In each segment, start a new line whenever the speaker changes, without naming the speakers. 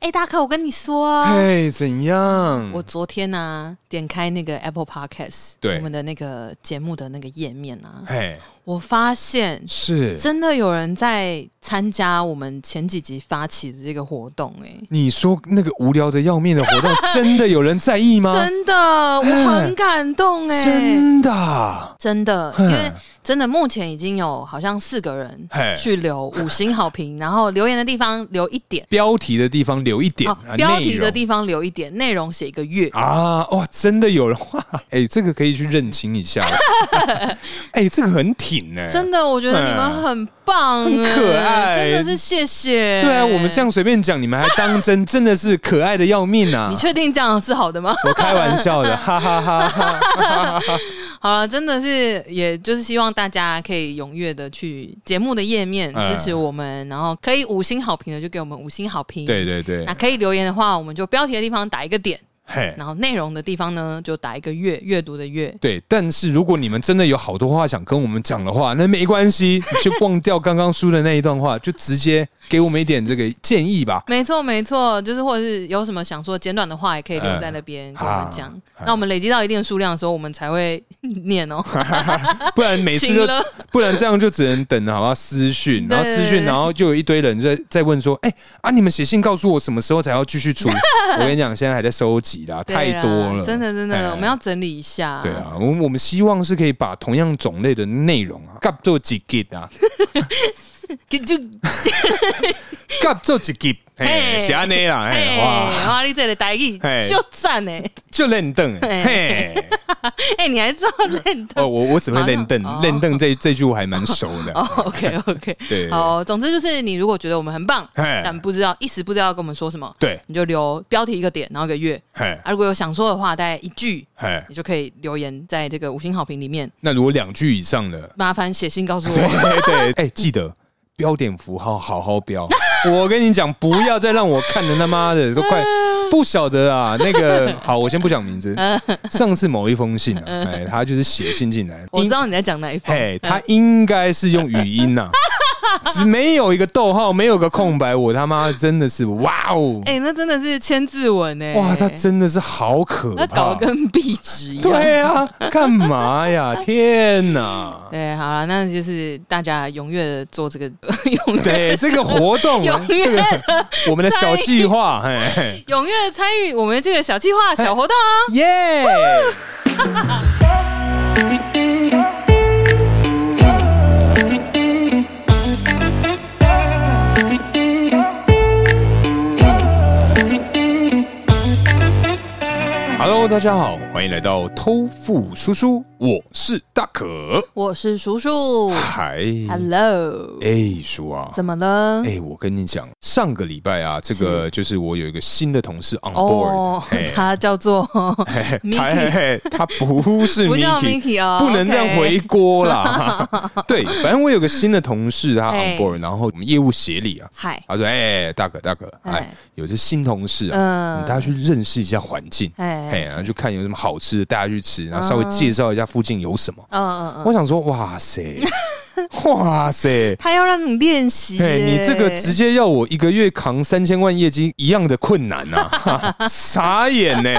哎、大可，我跟你说啊，
嘿，怎样？
我昨天呢、点开那个 Apple Podcast，
对
我们的那个节目的那个页面啊，
嘿
我发现
是
真的有人在参加我们前几集发起的这个活动、哎。
你说那个无聊的要命的活动，真的有人在意吗？
真的，我很感动哎、
真的啊，
真的，因
哼
为真的目前已经有好像四个人
嘿
去留五星好评，然后留言的地方留一点，
标题的地方留一点
好，，
啊
哦标题的
内容
地方留一点，内容写一个月。
啊，哇，真的有人 哇，哎，这个可以去认清 一下，哎，这个很挺呢，
真的，我觉得你们很棒、
很可爱
哎真的是谢谢。
对啊，我们这，样随便讲，你们还当真，真的是可爱的要命啊
你！确定这样是好的吗？
我开玩 笑的，哈哈哈哈。
好了，真的是，也就是希望大家可以踊跃的去节目的页面
嗯
支持我们，然后可以五星好评的就给我们五星好评。
对对对
那，可以留言的话，我们就标题的地方打一个点，
嘿。
然后内容的地方呢就打一个阅阅读的阅。
对，但是如果你们真的有好多话想跟我们讲的话，那没关系， 你就忘掉刚刚输的那一段话，就直接给我们一点这个建议 吧。
没错，没错，就是或者是有什么想说简短的话，也可以留在那
啊
边跟我们讲。那我们累积到一定的数量的时候，我们才会念哦。
不然每次
行
就
了，
不然这样就只能等好像私讯，然后
对
私讯，然后就有一堆人在在问说，哎、啊，你们写信告诉我什么时候才要继续出？ 我跟你讲，现在还在收集啦，
对
太
啦
多了，
真的真
哎
的，我们要整理一下。
对啊，我们我们希望是可以把同样种类的内容啊，夹做几 g 啊，
就，就
夹做几 g 嘿，
嘿
是安尼啦，嘿，
哎，
哇，
哇，你这里台语
嘿
就赞哎，
就练凳，
嘿
嘿，
哎，你还知道认
哦，
同
我我只会练凳
好，那
练凳这这句我还蛮熟
哦
的，
？OK OK，
对，
好，总之就是你如果觉得我们很棒，
嘿，
但不知道一时不知道要跟我们说什么，
对，
你就留标题一个点，然后一个月。
嘿，
啊，如果有想说的话，大概一句，
嘿，
你就可以留言在这个五星好评里面，
那如果两句以 上的，
麻烦写信告诉我。
对对，哎，记得标点符号好好 标。我跟你讲，不要再让我看了他妈的，都 快不晓得啊。那个好，我先不讲名字。
嗯
上次某一封信啊，哎，他就是写信进来，
我知道你在嗯讲哪一方，
嘿，他应该是用语音 呐、只没有一个逗号，没有个空白，我他妈真的是哇哦，
哎、那真的是千字文哎、
哇，他真的是好可
那搞
怕
得， 跟壁纸一样。
对啊，干 嘛呀？天哪！
对，好了，那就是大家踊跃的做这个， 踊跃
对这个活动，啊
永远
这个我们的小计划，嘿嘿，
踊跃地参与我们这个小计划、小活动啊！
耶！Hello，大家好，欢迎来到偷富叔叔，我是大可。
我是叔叔
嗨，
，Hello，
哎，叔啊，
怎么了？
哎、我跟你讲，上个礼拜啊，这个就是我有一个新的同事 on board，
哦
嘿、，
他叫做 Mickey
他嘿嘿他不 是
不叫
Miki，
Mickey 哦，
不能这样
OK
回锅 啦。对，反正我有个新的同事，他 on
哎
board，然后我们业务协理啊，
嗨，
他说：“哎、大哥，大哥，哎
哎，
有这新同事啊，
嗯
你大家去认识一下环境，哎，
哎，
然后就看有什么好吃的，大家去吃，然后稍微介绍一下附近有什么。
嗯嗯嗯，
我想说，哇塞， 哇塞，
他要让你练习耶，
嘿，你这个直接要我一个月扛三千万业绩一样的困难呐、 啊，傻眼呢、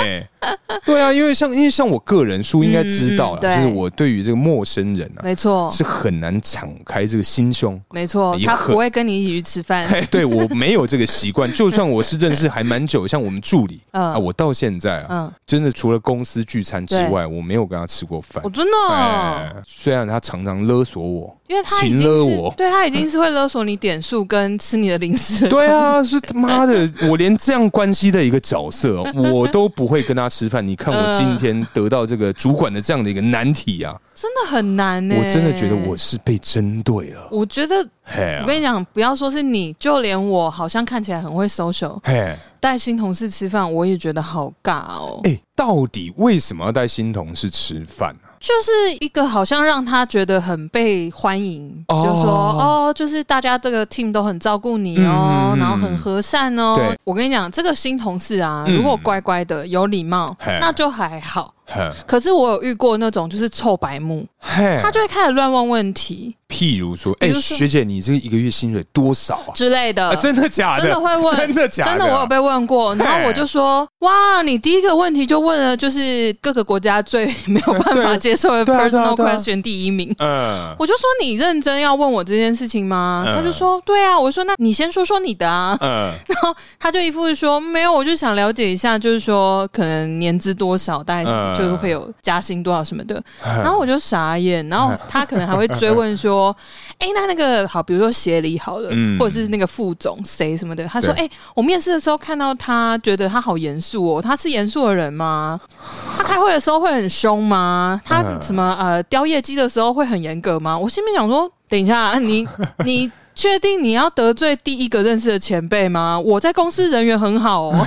对啊，因为像因为像我个人，叔应该知道了，
嗯嗯对
就是我对于这个陌生人啊，
没错，
是很难敞开这个心胸。
没错，
你
他
很
不会跟你一起去吃饭，
哎，对我没有这个习惯，就算我是认识还蛮久，像我们助理、
嗯
啊，我到现在啊，
嗯，
真的除了公司聚餐之
对
外，我没有跟他吃过饭
我。真的哦，
哎，虽然他常常勒索我，
因为他已经
请勒
是
我
对他已经是会勒索你点数跟吃你的零食。
对啊，是他妈的，我连这样关系的一个角色， 我都不会跟他吃饭。你看我今天得到这个主管的这样的一个难题啊，
真的很难呢、
我真的觉得我，是被针 对了。
我觉得
嘿
我
啊，
跟你讲，不要说是你，就连我好像看起来很会 social，
嘿，
带新同事吃饭，我也觉得好尬哦。
哎，到底为什么要带新同事吃饭啊？
就是一个好像让他觉得很被欢迎，
哦
就说哦，就是大家这个 team 都很照顾你哦，
嗯
然后很和善哦
对。
我跟你讲，这个新同事啊，
嗯
如果乖乖的、有礼貌
嘿，
那就还好。
嘿
可是我有遇过那种就是臭白目，
嘿，
他就会开始乱问问题
譬如说，
比
哎、
如说
学姐，你这个一个月薪水多少啊？
之类的。
啊，真的假的？
真的会问，
真的假的啊？
真的我有被问 过，然后我就说，哇，你第一个问题就问了，就是各个国家最没有办法
对
接受的
对啊对啊
personal
对啊
question 第一名。
嗯，
我就说你认真要问我这件事情吗？
嗯
他就说对啊。我说那你先说说你的啊。
嗯
他就一副说没有，我就想了解一下，就是说可能年资多少，大概
嗯
是就是会有加薪多少什么的。
嗯，
然后我就傻眼，然后他可能还会追问 说：“哎、那那个好，比如说协理好了，
嗯
或者是那个副总谁什么的。”他说：“哎、
对
我面试的时候看到他，觉得他好严肃哦，他是严肃的人吗？他开会的时候会很凶吗？他
嗯
什么呃雕业绩的时候会很严格吗？”我心里面想说：“等一下， 你你。”确定你要得罪第一个认识的前辈吗？我在公司人缘很好哦，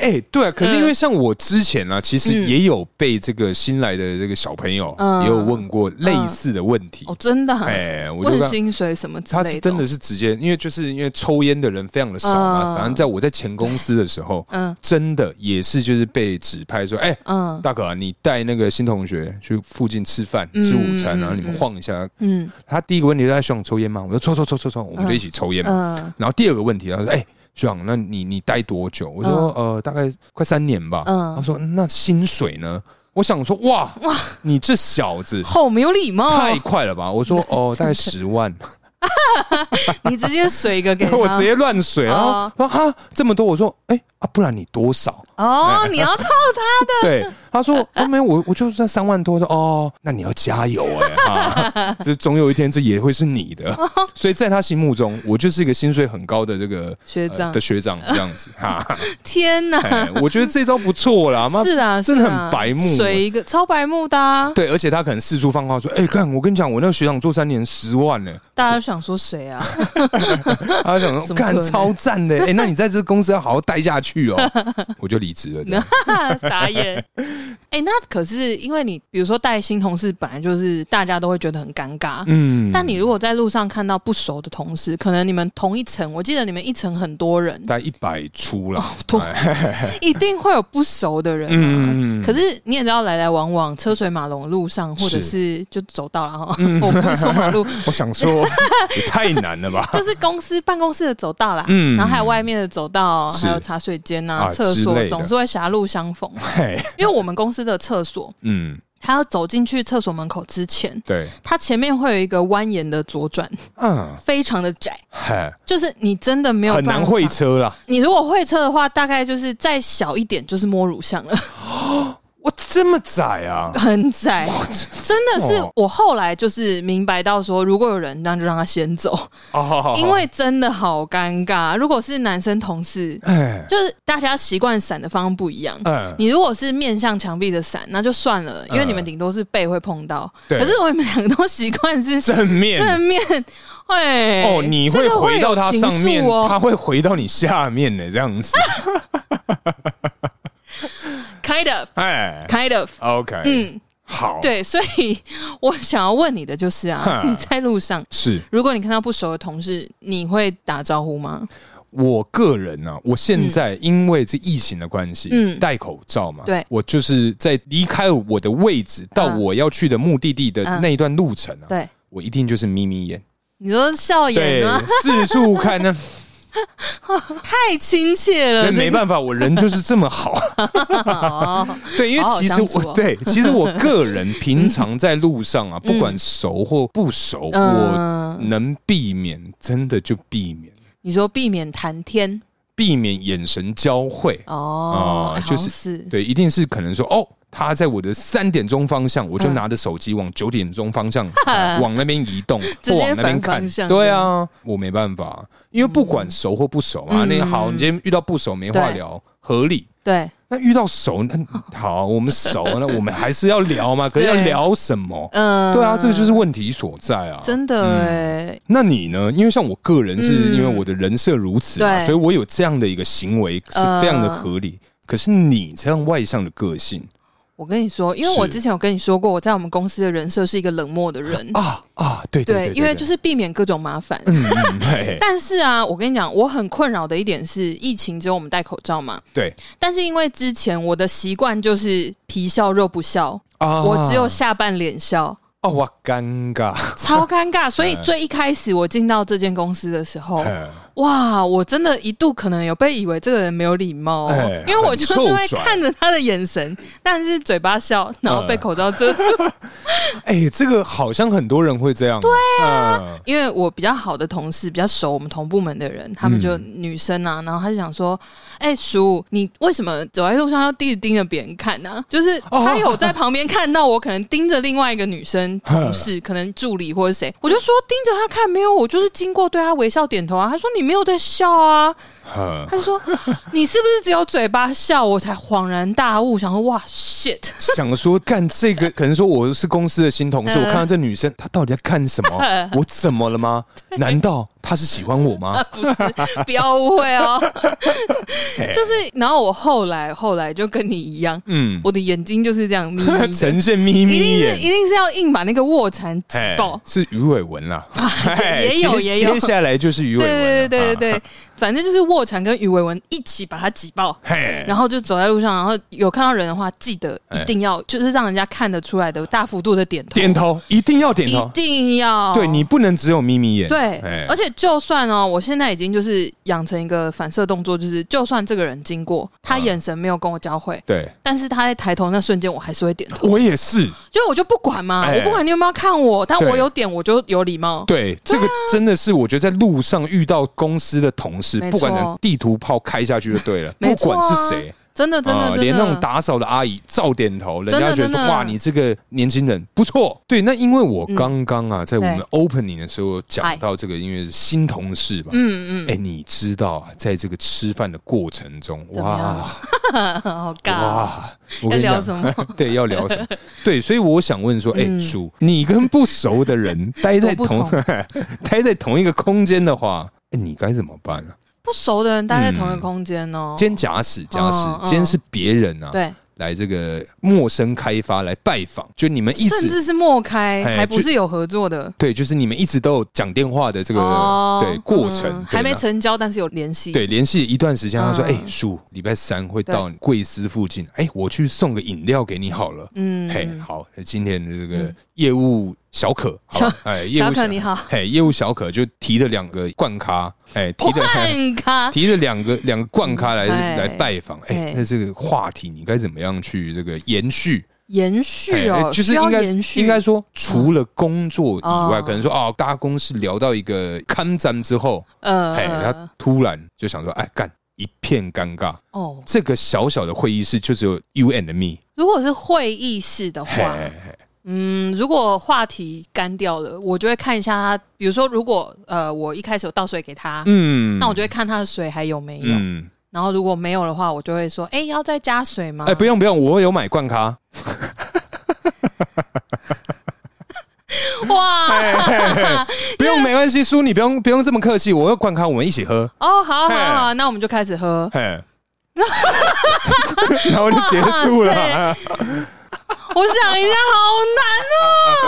哎、对啊，可是
嗯
因为像我之前呢、啊，其实
嗯
也有被这个新来的这个小朋友、
嗯
也有问过类似的问题，
哦，真的啊、
哎、我就
问
跟他
薪水什么之类
他
的哦，
是真的是直接，因为就是因为抽烟的人非常的少嘛，
嗯
反正在我在前公司的时候，
嗯
真的也是就是被指派说，哎、
嗯
大可啊，你带那个新同学去附近吃饭
嗯
吃午餐，
嗯
然后你们
嗯
晃一下。
嗯
他第一个问题是他希望抽烟吗？我说抽抽抽抽抽，我们就
嗯
一起抽烟嘛。
嗯
然后第二个问题，他说：“哎、学长，那你你待多久？”我说：“呃，大概快三年吧。
嗯
他说：“那薪水呢？”我想说：“哇哇，你这小子
好没有礼貌哦，
太快了吧！” 我说：“哦，大概十万。
你直接水一 个给他，
我直接乱水。然后
哦
他说：“哈，这么多？”我说：“哎、啊，不然你多少
哦，你要套他，？”
对，他说：“啊，没有，我我就算三万多。”我说：“哦，那你要加油哎、 哈，这总有一天这也会是你 的。”所以在他心目中，我就是一个薪水很高的这个。
学
呃
长
的，学长这样子，哈，
天哪，
哎，我觉得这招不错啦，妈，
是啊，
真的
是啊
很白目
水一个超白目的 啊，
对，而且他可能四处放话说，哎、看我跟你讲，我那个学长做三年十万 呢、
大家都想说谁啊？
他就想说，
怎么可
干
能
超赞的、哎、那你在这公司要好好待 下去哦，我就离职了这样。
傻 眼。哎，那可是因为你，比如说带新同事，本来就是大家都会觉得很尴尬。
嗯，
但你如果在路上看到不熟的同事，可能你们同一层，我记得你们一层很多人，
大概一百出啦，
同一定会有不熟的人啊。
嗯，
可是你也知道，来来往往车水马龙的路上，或者是就走到了哈，
嗯
我不是说马路，
我 想说也太难了 吧？
就是公司办公室的走道啦，
嗯
然后还有外面的走道，
是
还有茶水间
啊
呐、厕、
之类
所，
的
总是会狭路相逢。
嘿，
因为我们公司的厕所，
嗯，
他要走进去厕所门口之前，
对，
它前面会有一个蜿蜒的左转，
嗯，
非常的窄，
嘿，
就是你真的没有
很难
办法
会。车啦。
你如果会车的话，大概就是再小一点就是摸乳巷了，
哇，这么窄啊！
很窄，真的是
哦。
我后来就是明白到说，如果有人，那就让他先走，
哦，
因为真的好尴尬。如果是男生同事，
哎，
就是大家习惯闪的方向不一样。
嗯，
你如果是面向墙壁的闪，那就算了，因为
嗯
你们顶多是背会碰到。
对
可是我们两个都习惯是
正面
正面，哎，
哦，你会
这个
回到它
有情
上面，
愫哦，
它会回到你下面的这 样子。
，kind of，kind
哎
of，
，OK，
嗯，
好，，
对，所以我想要问你的就是啊，
哼
你在路上，
是
如果你看到不熟的同事，你会打招呼吗？
我个人呢、啊，我现在因为这疫情的关系，嗯，
嗯
戴口罩嘛，
对
我就是在离开我的位置到
嗯
我要去的目的地的
嗯
那一段路程啊，
对，
我一定就是眯眯眼，
你说笑
对
眼哦吗？，
四处 看呢，
太亲切了，
对，没办法，我人就是这 么好，
法，
对，因为
好好
其实
相处
我
哦
对，其实我个 人平常在路上啊，不管熟或不熟，我
嗯，
能避免真的就避免，
你说避免谈天。
避免眼神交汇。
哦，
啊
哎
就
好
是
像是
对，一定是可能说哦，他在我的三点钟方向，我就
嗯
拿着手机往九点钟方 向、呃往那边移动，
直接
或往那边
反
看
方。向
对啊，我没办法，因为不管熟或不熟嘛，
嗯
那好，你今天遇到不熟没话
对
聊，合理。
对，
那遇到熟，那好，我们熟，那我们还是要聊嘛。可是 要
对
聊什么？
嗯，
对啊，这个就是问题所在啊。
真的哎，
那你呢？因为像我个人是
嗯
因为我的人设如此嘛，
对
所以我有这样的一个行为是非常的合理。可是你这样外向的个性，
我跟你说，因为我
是
之前有跟你说过，我在我们公司的人设是一个冷漠的人，
啊啊，对对对，
嗯因为就是是避免各种麻烦。
嗯嗯，嘿，
但是啊，我跟你讲，我很困扰的一点是，疫情只有我们戴口罩嘛。
对
但是因为之前我的习惯就是皮笑肉不笑，
啊，
我只有下半脸笑，
哦，我尴尬，
超尴尬。所以
哎
最一开始我进到这间公司的时候，
哎
哇，我真的一度可能有被以为这个人没有礼貌哦、
哎
因为我就是
很
会
臭拽
看着他的眼神，但是嘴巴笑，然后被口罩遮住。
嗯哎，这个好像很多人会这样，对啊，
因为我比较好的同事，比较熟我们同部门的人，他们就女生啊，然后他就想说：“哎、叔，你为什么走在路上要一直盯着别人看呢、就是
哦
他有在旁边看到我，可能盯着另外一个女生同事，可能助理或者谁，我就说盯着他看没有，我就是经过对他微笑点头啊。他说你没有在笑啊，
嗯
他就说 你是不是只有嘴巴笑？我才恍然大悟，想说哇 shit，
想说干这个，可能说我是公司的新同事，
嗯
我看到这女生她到底在看什 么？我怎么了吗？难道她是喜欢我吗？
不是，不要误会 哦，就是。然后我后来后来就跟你一样。
嗯，
我的眼睛就是这样眯眯的，
呈现 眯
一
眯
定是一
眼。
定是要硬把那个卧蚕挤
哎
爆。啊
是鱼尾纹 啦，哎
也有
接
也有
接下来就是鱼尾
对
纹
对对
了，
对
啊，
对对，反正就是卧蚕跟鱼尾纹一起把它挤爆。
嘿，
然后就走在路上，然后有看到人的话，记得一定要就是让人家看得出来的大幅度的点头，
点头一定要点
一
头，
定要。
对你不能只有眯眯眼，
对
哎，
而且就算哦，我现在已经就是养成一个反射动作，就是就算这个人经过，他眼神没有跟我交汇，
对
但是他在抬头那瞬间，我还是会点头，
哦我也是，
因为我就不管嘛，
哎
我不管你有没有看我，但
对
我有点我就有礼貌。
对，这个真的是我觉得在路上遇到公司的同事
没，
不管
错
能地图炮开下去就对了，不
没错
管
啊
是谁，
真的真的、
啊
真的，
连那种打扫的阿姨照点头，人
真的
家觉得
真
说
的
哇，你这个年轻人不错。对，那因为我
嗯
刚刚啊，在我们
对
opening 的时候
嗨
讲到这个，因为是新同事嘛，
嗯
哎，你知道啊，在这个吃饭的过程中，
怎么样
哇
嗯， 好尬哦、
哇，我
要
跟你
聊
讲，
什么？
对，要聊什 么？对，所以我想问说，哎、
嗯
叔，你跟不熟 的人待在
多不
同 待在同一个空间的话，哎、你该怎么办呢、
不熟的人待在同一个空间哦、
今天假使假使
嗯嗯
今天是别人啊，
对，
来这个陌生开发来拜访，就你们一
甚
直
至是默开，
哎
还不
就是
有合作的。
对，就是你们一直都有讲电话的这个、对过程，
嗯
对
还没
那
成交，但是有联系。
对，联系一段时间，他说：“哎、
嗯
叔，礼拜三会到贵司附近，哎、我去送个饮料给你好了。”
嗯，
嘿，好，今天的这个
嗯
业务小可，好吧，哎，业务
小可你好
嘿，业务小可就提了两个罐咖，哎，提了
换咖
提了两个两个罐咖来
哎
来拜访，哎
哎，
那这个话题你该怎么样去这个延续？
延续
哎
哦，
就是
需
应
要
该
延续，
应该说，除了工作以外，
哦
可能说哦，大家公司聊到一个看展之后，
呃，
哎，他突然就想说，哎，干一片尴尬，
哦，
这个小小的会议室就只有 you and me，哎
如果是会议室的
嘿
话，嗯，如果话题干掉了，我就会看一下他，比如说，如果呃，我一开始有倒水给他，
嗯，
那我就会看他的水还有没有，
嗯。
然后如果没有的话，我就会说，哎、要再加水吗？
哎、不用不用，我有买罐咖。
哇，
不
啊
用，没关系，叔，你不用不用这么客气，我有罐咖，我们一起喝。
哦，好好好
嘿
好，那我们就开始喝。
嘿，然后就结束了
哇。啊我想一下，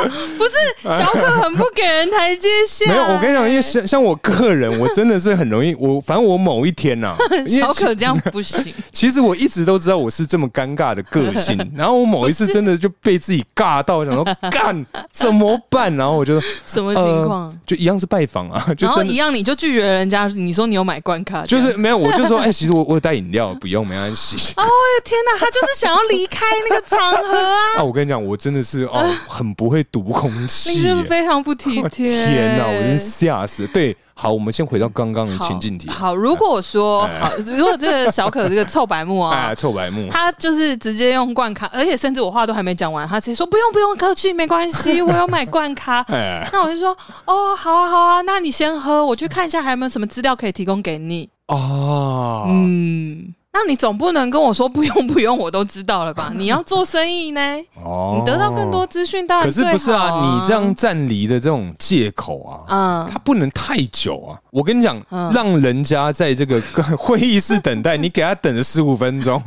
好难 哦，不是小可很不给人台阶下，
没有，我跟你讲，因为像像我个人，我真的是很容易，我反正我某一天 呐、因为
小
其
可这样不行，
其实我一直都知道我是这么尴尬的 个性，然后我某一次真的就被自己尬到，想说 干怎么办？然后我就
什么情况？
呃，就一样是拜访啊，就
然后
真的
一样，你就拒绝人家，你说你有买罐卡，
就
这
是
样
没有，我就说，哎、其实我我有带饮料，不用，没关系。
哦，天哪，他就是想要离开那个场合啊，
啊，我跟你讲，我真的是哦，很不会读空
你
气
是不是
耶。
非常不体
我
贴。
哦天哪，我真吓死了！对，好，我们先回到刚刚的情境题。
好。好，如果说
哎
好，如果这个小可这个臭白目啊
哎，。臭白目，
他就是直接用罐卡，而且甚至我话都还没讲完，他直接说不用不用，客气没关 系，我有买罐卡。
哎，
那我就说哦，好啊好啊，那你先喝，我去看一下还有没有什么资料可以提供给你。
哦，
嗯，那你总不能跟我说不用不用，我都知道了吧？你要做生意呢，
哦，
你得到更多。资讯当然
可是不是
最好啊？
啊？你这样站离的这种借口啊，
嗯，
它不能太久啊！我跟你讲，
嗯
让人家在这个 会议室 等待，你给他等了十五分钟，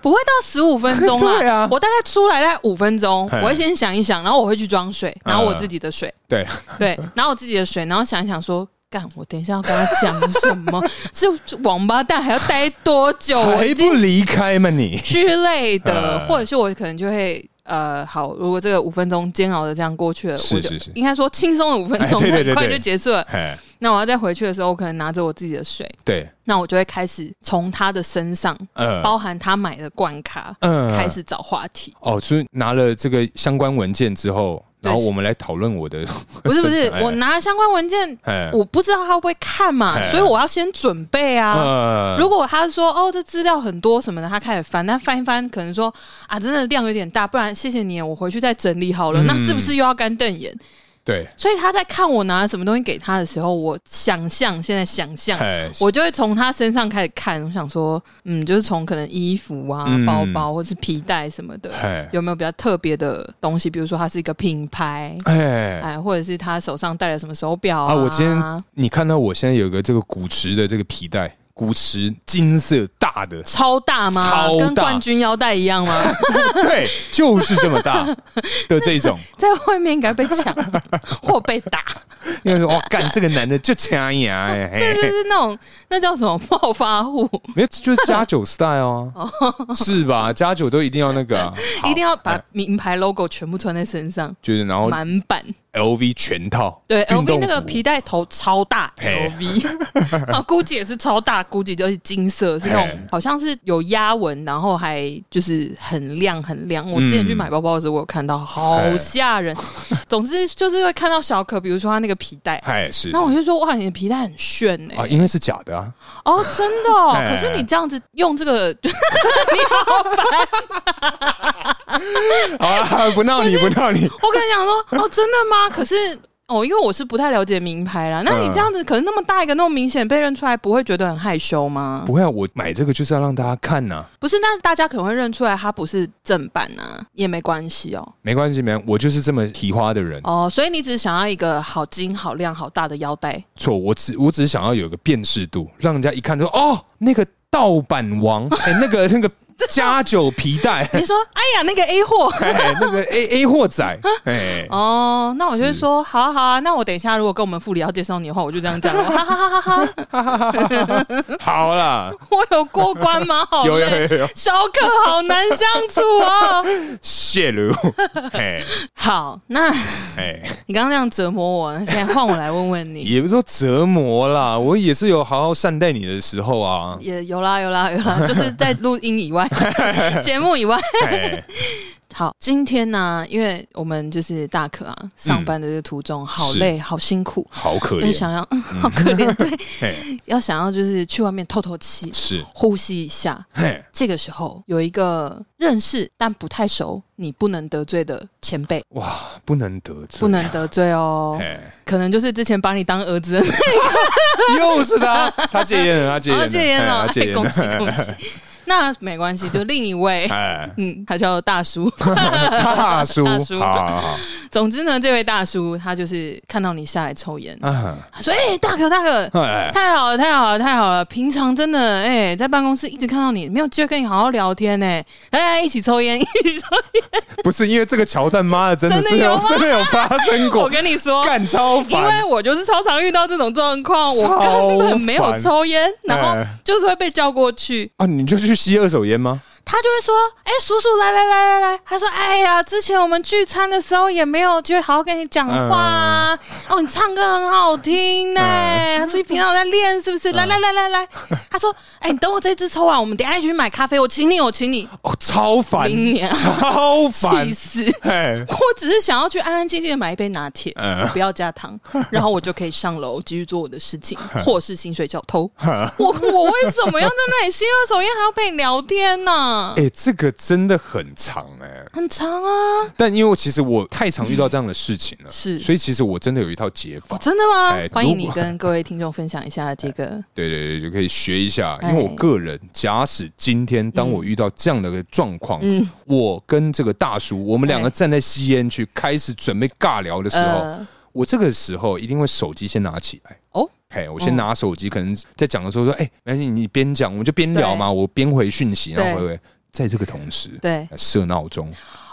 不会到十五分钟啦。
对啊
我大概出来大概五分钟，
嘿嗯
我会先想一想，然后我会去装水，拿我自己的水，
对，
对，拿我自己的水，然后想一想说。干！我等一下要跟他讲什么？ 这王八蛋还要待多久？哦我
还
已
不
经
离开吗你？
之类的，
嗯
或者是我可能就会呃，好，如果这个五分钟煎熬的这样过去了，
是
我就是
是
应该说轻松的五分钟，
哎对对
很
对
快
对
就结束了。
哎，
那我要再回去的时候，我可能拿着我自己的水，
对，
那我就会开始从他的身上，
呃，
包含他买的罐卡，
嗯
开始找话题。
哦，所以拿了这个相关文件之后，
对
然后我们来讨论我的
不是不是
生产，
我拿相关文件，
哎，
我不知道他会不会看嘛，
哎
所以我要先准备啊。
呃
如果他说哦，这资料很多什么的，他开始翻，那翻一翻，可能说啊，真的量有点大，不然谢谢你，我回去再整理好了。
嗯
那是不是又要干瞪眼？
对，
所以他在看我拿什么东西给他的时候，我想象现在想象，
哎，
我就会从他身上开始看。我想说，嗯，就是从可能衣服啊、
嗯
包包或是皮带什么的，
哎
有没有比较特别的东西？比如说，它是一个品牌，
哎
哎，或者是他手上戴了什么手表啊，
啊！我今天你看到我现在有个这个古驰的这个皮带，古驰金色大的
超大吗？
超大
跟冠军腰带一样 吗？
对，就是这么大的这种，
在外面应该被抢啊或被 打，
因为说哇，干这个男的就掐牙哎，
哦这就
嘿
是那种那叫什么暴发户，
没有就是加酒 style 啊，是吧？加酒都一定要那个啊，好
哦一定要把
哎
名牌 logo 全部穿在身上，
就是然后
满版。
LV 全套，
对
运
，LV
动
那个
服
皮带头超大
嘿
，LV 啊，估计也是超大，估计就是金色，是那
嘿
种好像是有压纹，然后还就是很亮很亮。我之前去
嗯
买包包的时候，我有看到，好吓人。总之就是会看到小可，比如说他那个皮带，
哎是
那我就说哇，你的皮带很炫哎、
啊，因为是假 的啊，
哦，真的哦。可
嘿
是你这样子用这个，
好啊，不闹你不闹你，
我跟你讲说，哦，真的吗？可是。哦，因为我是不太了解名牌啦。那你
嗯
这样子，可是那么大一个，那么明显被认出来，不会觉得很害羞吗？
不会啊，我买这个就是要让大家看呐、
不是，但是大家可能会认出来它不是正版啊，也没关系哦。
没关系，没关系，我就是这么提花的人。
哦，所以你只是想要一个好精、好亮、好大的腰 带，
错，我只我只是想要有一个辨识度，让人家一看说哦，那个盗版王， 哎、那个那个加九皮带，
你说，哎呀，那个 A 货。
哎，那个 A A 货仔，哎、
哦，那我就会
是
说，好啊好啊，那我等一下如果跟我们副理要介绍你的话，我就这样讲了， 哈哈哈哈哈，
好啦，
我有过关吗？好
有有
累，
有 有，
小可好难相处哦。
谢 鲁，哎
好，那
哎，
你刚刚那样折磨我，现在换我来问问 你，
也不是说折磨啦，我也是有好好善待你的时 候啊，
也有啦有啦有啦，就是在录音以 外、节目以外，
哎，
好，今天呢、因为我们就是大可啊，上班的这个途中、好累，好辛苦，
好嗯可
就
怜，
想要、嗯、 好可 怜，对，
哎，
要想要就是去外面透透气，
是，
呼吸一下。
嘿，
这个时候有一个认识但不太熟，你不能得罪的前辈，
哇，不能得罪，
不能得罪哦，
哎。
可能就是之前把你当儿子的
又 是他，他戒烟了，他戒烟
那
了，
戒烟
哎
了，
他戒
哎
烟
恭
了，
喜 恭喜。那没关系，就另一位，
哎，
嗯，他叫大 叔。
大 叔，
大叔
好好好，
总之呢，这位大叔他就是看到你下来抽烟，
啊，
他说：“哎、大可大可，
哎，
太好了，太好了，太好了！平常真的，哎、在办公室一直看到你，没有机会跟你好好聊天呢、哎、一起抽烟，一起抽
不是因为这个桥段，妈的，真的是
真的有
有
吗，
真的有发生
烟。我
过，
跟你说，
干超
因
烦
为，我就是超常遇到这种状况，我根本没有抽烟，然后
哎
就是会被叫过去，
啊，你就去吸二手烟吗？
他就会说：“哎、叔叔，来来来来来。”他说：“哎呀，之前我们聚餐的时候也没有机会好好跟你讲话
嗯
啊。哦，你唱歌很好听呢、他说：“你平常有在练是不
嗯
是？”来来来来来，他说：“哎、你等我这支抽完，我们等一下一起去买咖啡，我请你，我请你。
哦，超烦
明年，啊
超”烦
气，死！
哎，
我只是想要去安安静静的买一杯拿铁，
嗯
不要加糖，然后我就可以上楼继续做我的事情，
嗯
或是薪水小偷。我我为什么要在那里吸二手烟还要陪你聊天呢、嗯，
哎、这个真的很长哎、
很长啊，
但因为其实我太常遇到这样的事情了，
是
所以其实我真的有一套解法
哦，。真的吗
哎？
欢迎
如
你
果
跟各位听众分享一下这 个，
对对对，就可以学一下。
哎
因为我个人，假使今天当我遇到这样的个状况，
嗯，
我跟这个大叔，我们两个
哎
站在吸烟区开始准备尬聊的时候，
呃
我这个时候一定会手机先拿起来。
哦
哦，嘿，我先拿手机，可能在讲的时候说，哎、没关系，你边讲我们就边聊嘛，我边回讯息，然后
对
回回。在这个同时，
对
设闹钟，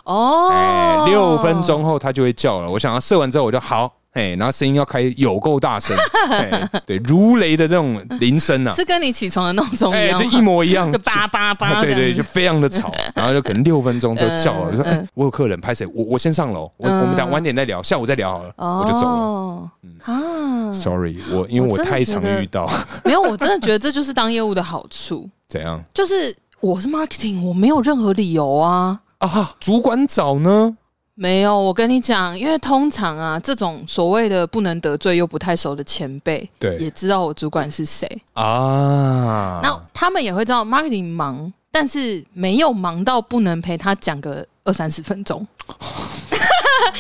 哎、
哦，
六分钟后它就会叫了。我想要设完之后，我就好，哎、然后声音要开有够大声，哎对，如雷的这种铃声啊，
是跟你起床的闹钟一
哎、
样
这
吗，
一模一 样，
就叭叭叭，
对
这
对，
样
就
子
非常 的吵，然后就可能六分钟就叫
嗯
了，就说：“哎、
嗯
我有客人，拍谁？我我先上楼，我、
嗯
我们等晚点再聊，下午再聊好了。我就走了。嗯
哦啊，
Sorry，我因为
我
我
真的
太常
觉得
遇到
没有，我真的觉得这就是当业务的好处，
怎样
就是我是 marketing，我没有任何理由啊。
啊？主管找呢？
没有，我跟你讲，因为通常啊，这种所谓的不能得罪又不太熟的前辈，也
对
知道我主管是谁，
啊，
那他们也会知道 marketing 忙，但是没有忙到不能陪他讲个二三十分钟，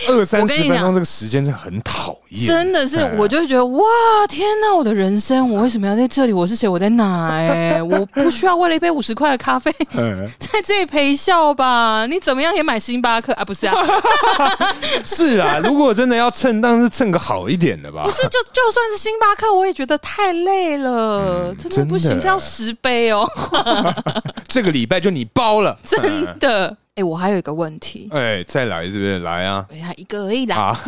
二三
我跟
十
你
分
讲
钟这个时间真的很讨厌，
真的是，
哎
我就会觉得哇，天哪，我的人生，我为什么要在这里？我是谁？我在哪、 哎，我不需要为了一杯五十块的咖啡
嗯
在这里陪笑吧？你怎么样也买星巴克啊？不是 啊，
是啊。如果真的要蹭，当然是蹭个好一点的吧
不。是，就就算是星巴克，我也觉得太累了，
嗯
真的
真的哎
不行，这要十杯哦，
这个礼拜就你包了，
真的。哎、我还有一个问题，
哎、再来是不是？来啊！
等一下一个而已啦，
啊，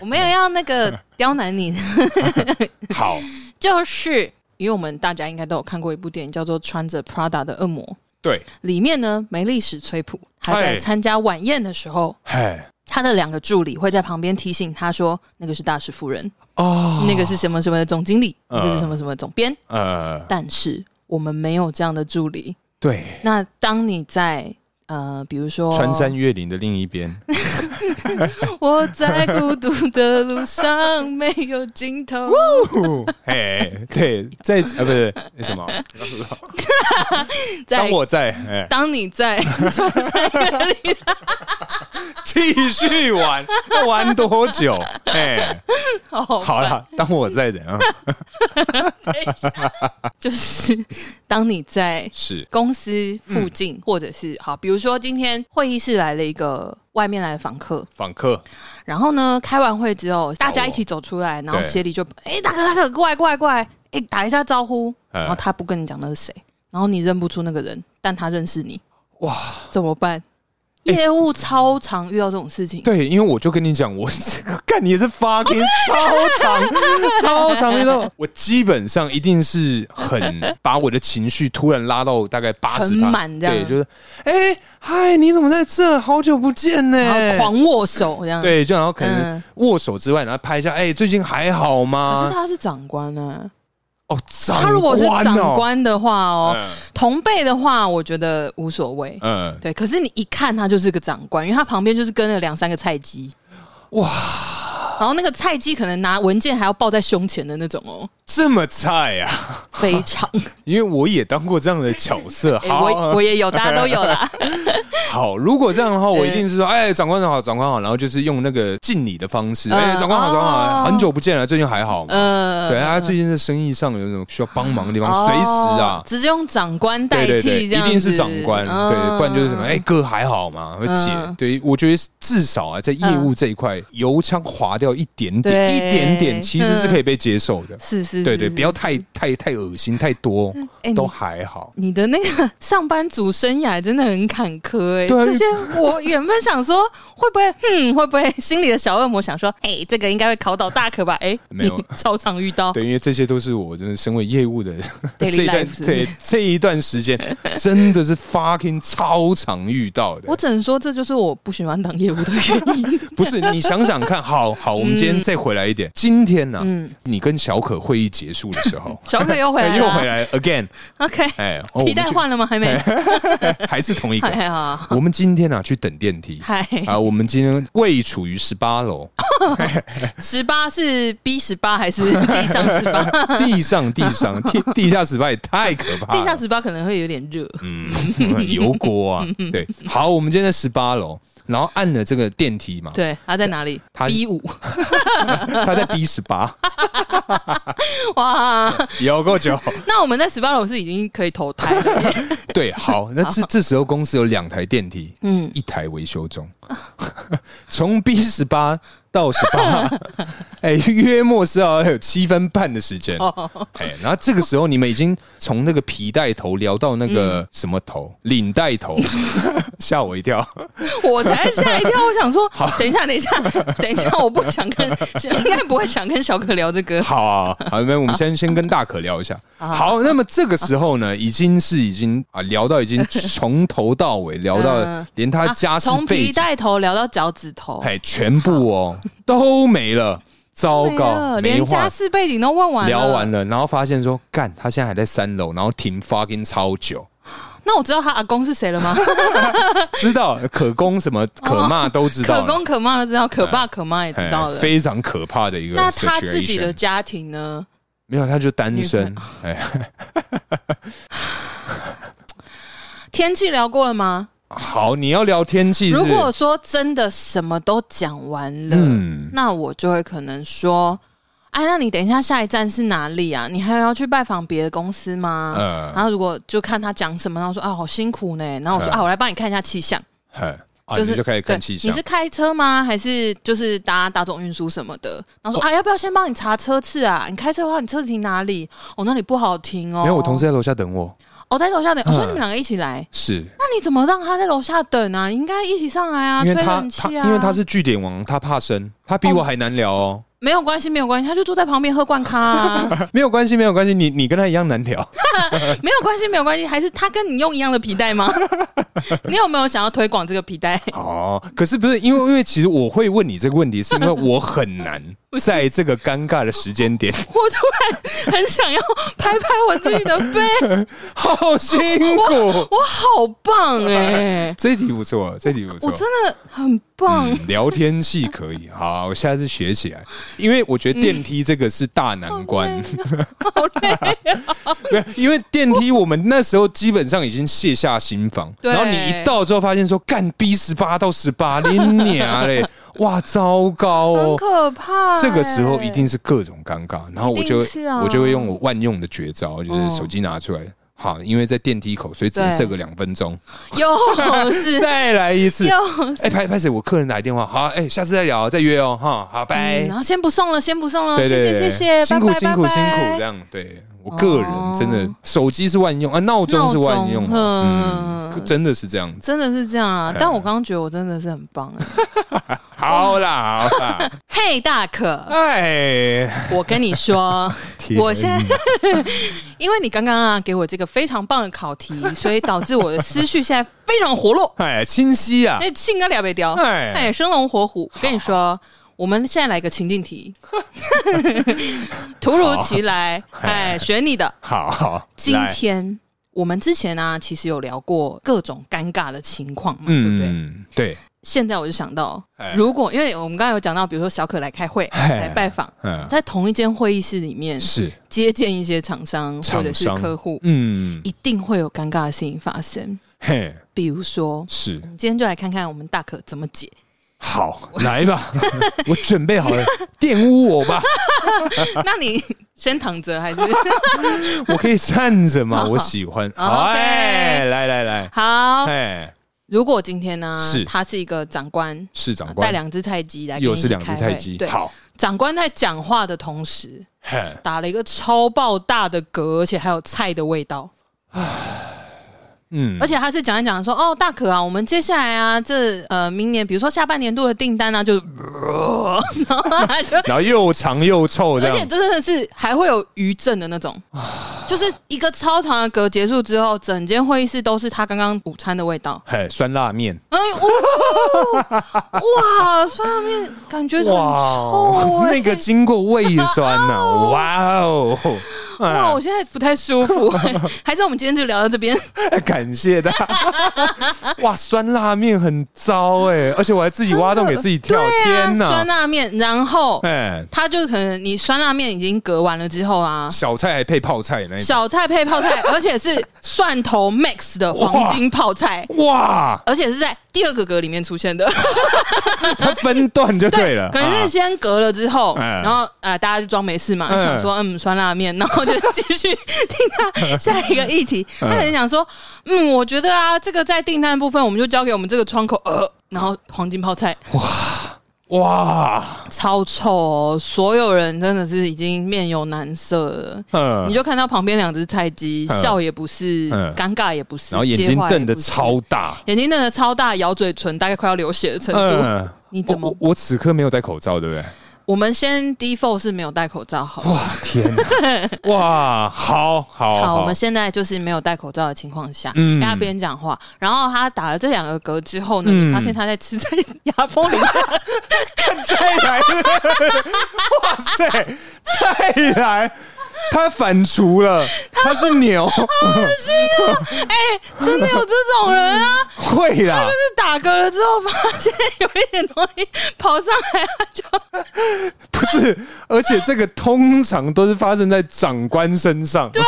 我没有要那个刁难你，
好，
就是因为我们大家应该都有看过一部电影，叫做《穿着 Prada 的恶魔》。
对，
里面呢，梅丽史崔普他在
哎
参加晚宴的时候，
嘿，
他的两个助理会在旁边提醒他说：“那个是大使夫人，
哦，
那个是什么什么的总经理，
嗯
那个是什么什么总编。
呃”，
但是我们没有这样的助理。
对，
那当你在呃，比如说
穿山，越岭的另一边，
我在孤独的路上没有尽 头。
哎，对，在啊，不是那什么，
在
当我在，哎，
当你在 穿山越岭，
继续玩，要玩多久？ 哎，
好
好了，当我在啊怎样？
就是当你在
是
公司附近，
嗯
或者是好，比如说今天会议室来了一个外面来的访客，
访客，
然后呢，开完会之后，大家
我
一起走出来，然后
对
协理就哎、大哥大哥，过来过来过来，哎、打一下招呼，
哎
然后他不跟你讲那是谁，然后你认不出那个人，但他认识你，
哇，
怎么办？
哎
业务超常遇到这种事情，
对，因为我就跟你讲，我 这个干你也是发
哦
给超长超长遇到，我基本上一定是 很把我的情绪突然拉到大概八
很
十
满这样
对，就是哎嗨，你怎么在这？好久不见呢，
然后狂握手这样。，
对，就然后可能
嗯
握手之外，然后拍一下，哎、最近还好
可是
吗？
他是长官呢、
哦，啊长
他如果是长
哦，
官的话哦，
嗯
同辈的话，我觉得无所谓。
嗯，
对，可是你一看他就是个长官，因为他旁边就是跟了两三个菜鸡，
哇，
然后那个菜鸡可能拿文件还要抱在胸前的那种 哦，
这么菜啊！
非常。
因为我也当过这样的角色，
哎、
好、
我我也 有，大家都有啦。
好。如果这样的话，
嗯
我一定是说，哎、长官好，长官好，然后就是用那个敬礼的方式，哎、
嗯
长官好，
哦
长官好，很久不见了，最近还好吗？
呃，
对，啊他最近在生意上有什么需要帮忙的地方，
哦
随、时啊。
直接用长官代
对对对，
替
一
这样
定是
子
长官，对，不然就是什么，哎、哥还好吗？和姐，
嗯
对我觉得至少啊，在业务这一块，油腔滑调一点点，
对嗯
一点点，其实是可以被接受的。
是是，
对对，
是
不要。
是
太太太恶心，太多
哎你
都还好。
你的那个上班族生涯真的很坎坷哎、
对啊
这 些我原本想说会不会，嗯，会不会心里的小恶魔想说，哎、这个应该会考倒大可吧？哎、
没有
你超常遇到，
对，因为这些都是我真的身为业务的 这一段
life，是不是
对这一段时间，真的是 fucking 超常遇到的
我。只能说，这就是我不喜欢当业务的原因。
不是你想想看，好好，我们今天再回来一点。今天呢、
嗯，
你跟小可会议结束的时候哎
小可 又回来了，
又回来 again，
OK，
哎，哦
皮带，换了吗？还没。
哎 我们去还是同一个。
嗨好，
我们今天啊去等电梯，
嗨，
啊，我们今天位处于十八楼，
十八是 B 十八还是 地上十八？
地上地上地地下室吧也太可怕了，
地下十八可能会有点热。
啊嗯， 油锅啊，对。好，我们今天在十八楼，然后按了这个电梯嘛，
对，啊它在哪里
它
？B 五，
他在 B 十八，
哇！
有够久。
那我们在十八楼是已经可以投胎 了，
对，好，那这这时候公司有两台电梯，
嗯，
一台维修中， 从 B 十八到十 八，哎，约莫是要有七分半的时间。哎，然后这个时候你们已经从那个皮带头聊到那个什么头，领带头， 吓我一跳。
我才吓一跳，我想说，等一下，等一下，等一 下，我不想跟，应该不会想跟小可聊这个。
好、啊，好，那我们先先跟大可聊 一下。
啊
好，那么这个时候呢，已经是已经啊聊到已经从头到尾聊到
嗯
连他家
啊
世
从
背
皮
景，
带头聊到脚趾头，
哎，全 部哦都没了，糟
没
糕，
了
没
连
话
家世背景都问完了，
聊完了，然后发现说，干，他现在还在三楼，然后停 fucking 超久，
那我知道他阿公是谁了吗？
知道可公什么可骂都 知道
可
了，
公可妈都知道，可爸可妈也知
哎
道了。
非常可怕的一个 situation。
那他自己的家庭呢？
没有，他就单身
女，
哎，
天气聊过了吗？
好，你要聊天气是
如
不是，
果说真的什么都讲完了，
嗯
那我就会可能说，哎，那你等一下下一站是哪里啊？你还有要去拜访别的公司吗？
嗯
然后如果就看他讲什么，然后说啊好辛苦呢，然后我说、
嗯
啊我来帮你看一下气象，
哎，啊，
就
你
是
就开始看
对
气象
你是。开车吗？还是就是搭大众运输什么的？然
哦
后说、啊要不要先帮你查车次啊？你开车的话，你车子停哪里？哦那里不好停哦。
没有，我同事在楼下等我。
哦在楼下等，我、
嗯
说你们两个一起来，
是
那你怎么让他在楼下等啊？你应该一起上来啊，
因为
吹
他
冷
他
气啊。
因为他是据点王，他怕生，他比我还难聊哦。
没有关系，没有关系，他就坐在旁边喝罐咖、 啊。
没有关系，没有关系，你你跟他一样难聊。
没有关系，没有关系，还是他跟你用一样的皮带 吗？你有没有想要推广这个皮带？
哦，可是不是因为因为其实我会问你这个问题，是因为我 很难在这个尴尬的时间点，
我突然很想要拍拍我自己的背，
好辛苦。
我好棒哎、
这一题不错，这一题不
我
错。
真的很棒。
嗯，聊天系可以，好，我下次学起来。因为我觉得电梯这个是大难关，
好哦累，
对，因为电梯我们那时候基本上已经卸下心防，
对
然后你一到之后发现说干 B 十八到十八，你 娘嘞，哇，糟糕
很
哦！
可怕、
这个时候一定是各种尴尬，然后我就
欸一定是啊
我就会用我万用的绝招，就是
嗯
手机拿出来。好，因为在电梯口，所以只能
对
设个两分钟，
又欸是
再来一次。
又
哎，拍拍谁？我客人打电话，好，哎，下次再聊，再约哦，哈，好，拜
嗯。然后先不送了，先不送了，
对对对，
哦谢谢谢谢，
辛苦
拜拜
辛苦
拜
辛
拜
苦，这样对我个人
哦
真的，手机是万用啊，闹钟是万用
闹钟
啊，嗯，
嗯
真的是这样子。
真的是这样啊！
嗯
但我刚刚觉得我真的是很棒 哎、
好啦好啦，
嘿、大可，
哎，
我跟你说，
天
我现在 因为你刚刚啊给我这个非常棒的考题，所以导致我的思绪现在非常活 络，
哎清晰啊，
那性格俩被雕，
哎
哎，生龙活虎。我跟你说，我们现在来个情境 题， 突如其来，哎，选你的。
好好，
今
来
天我们之前啊，其实有聊过各种尴尬的情况嘛，对不对？
嗯对，
现在我就想到
哎，
如果因为我们刚刚有讲到，比如说小可来开会、
哎
来拜访，
嗯
在同一间会议室里面
是
接见一些厂商或者
厂
是
商
客户，
嗯
一定会有尴尬的事情发生。
嘿
比如说，
是
我们今天就来看看我们大可怎么 解。
好来 吧，我准备好了，玷污我吧，
那你先躺着还是
我可以站着吗？我喜欢，
好，OK
哎，来来来，
好？
哎，
如果今天呢、
是
他是一个长官，
市长官
带两只菜鸡来跟你
又
一
是
起
两只
开会
菜鸡，
对，
好。
长官在讲话的同时
嘿
打了一个超爆大的嗝，而且还有菜的味道。
嗯
而且他是讲一讲说，哦，大可啊，我们接下来啊，这呃，明年比如说下半年度的订单啊，就，然后他就，
然后又长又臭这
而且
样，
真的是还会有余震的那种，就是一个超长的嗝结束之后，整间会议室都是他刚刚午餐的味道。
嘿，酸辣面，
哎，哇，哇，酸辣面感觉很臭
哦
哎、
那个经过胃酸 呐、哇哦，
哇，
啊 哎
我现在不太舒服、还是我们今天就聊到这边。
感谢他，哇，酸辣面很糟哎、而且我还自己挖洞给自己跳，天
对啊酸
哪！
辣面，然后
哎，
它就可能你酸辣面已经隔完了之后啊，
小菜还配泡菜那一种，
小菜配泡 菜，而且是蒜头 mix 的黄金泡菜，
哇，
而且是在第二个格里面出现的。
它分段就对了，
可能是
啊
先隔了之后，
嗯
然后啊、呃大家就装没事嘛，
嗯
想说嗯酸辣面，然 后就继续听 他下一个议题。他很想说，嗯，我觉得啊，这个在订单部分我们就交给我们这个窗口，呃，然后黄金泡菜
啊哇，
超臭哦，所有人真的是已经面有难色了。哎
嗯
呃你，就看到旁边两只菜鸡，
嗯
笑也不是，
嗯
尴尬也不是，
然后眼
接
睛
话也
瞪得
不是
超大，
眼睛瞪得超大，咬嘴唇大概快要流血的程度。
嗯
你怎么
我我我此刻没有戴口罩，对不对？
我们先 default 是没有戴口罩好了，
哇，天哪！哇，好哦好
好，我们现在就是没有戴口罩的情况下，
嗯
跟他边讲话，然后他打了这两个嗝之后呢，
嗯
你发现他在吃在牙缝里 面，
再来，哇塞，再来，他反刍了，他是牛，
真的有这种人啊！
会啦
就，是打嗝了之后，发现有一点东西跑上来，他就
不是，而且这个通常都是发生在长官身上，对，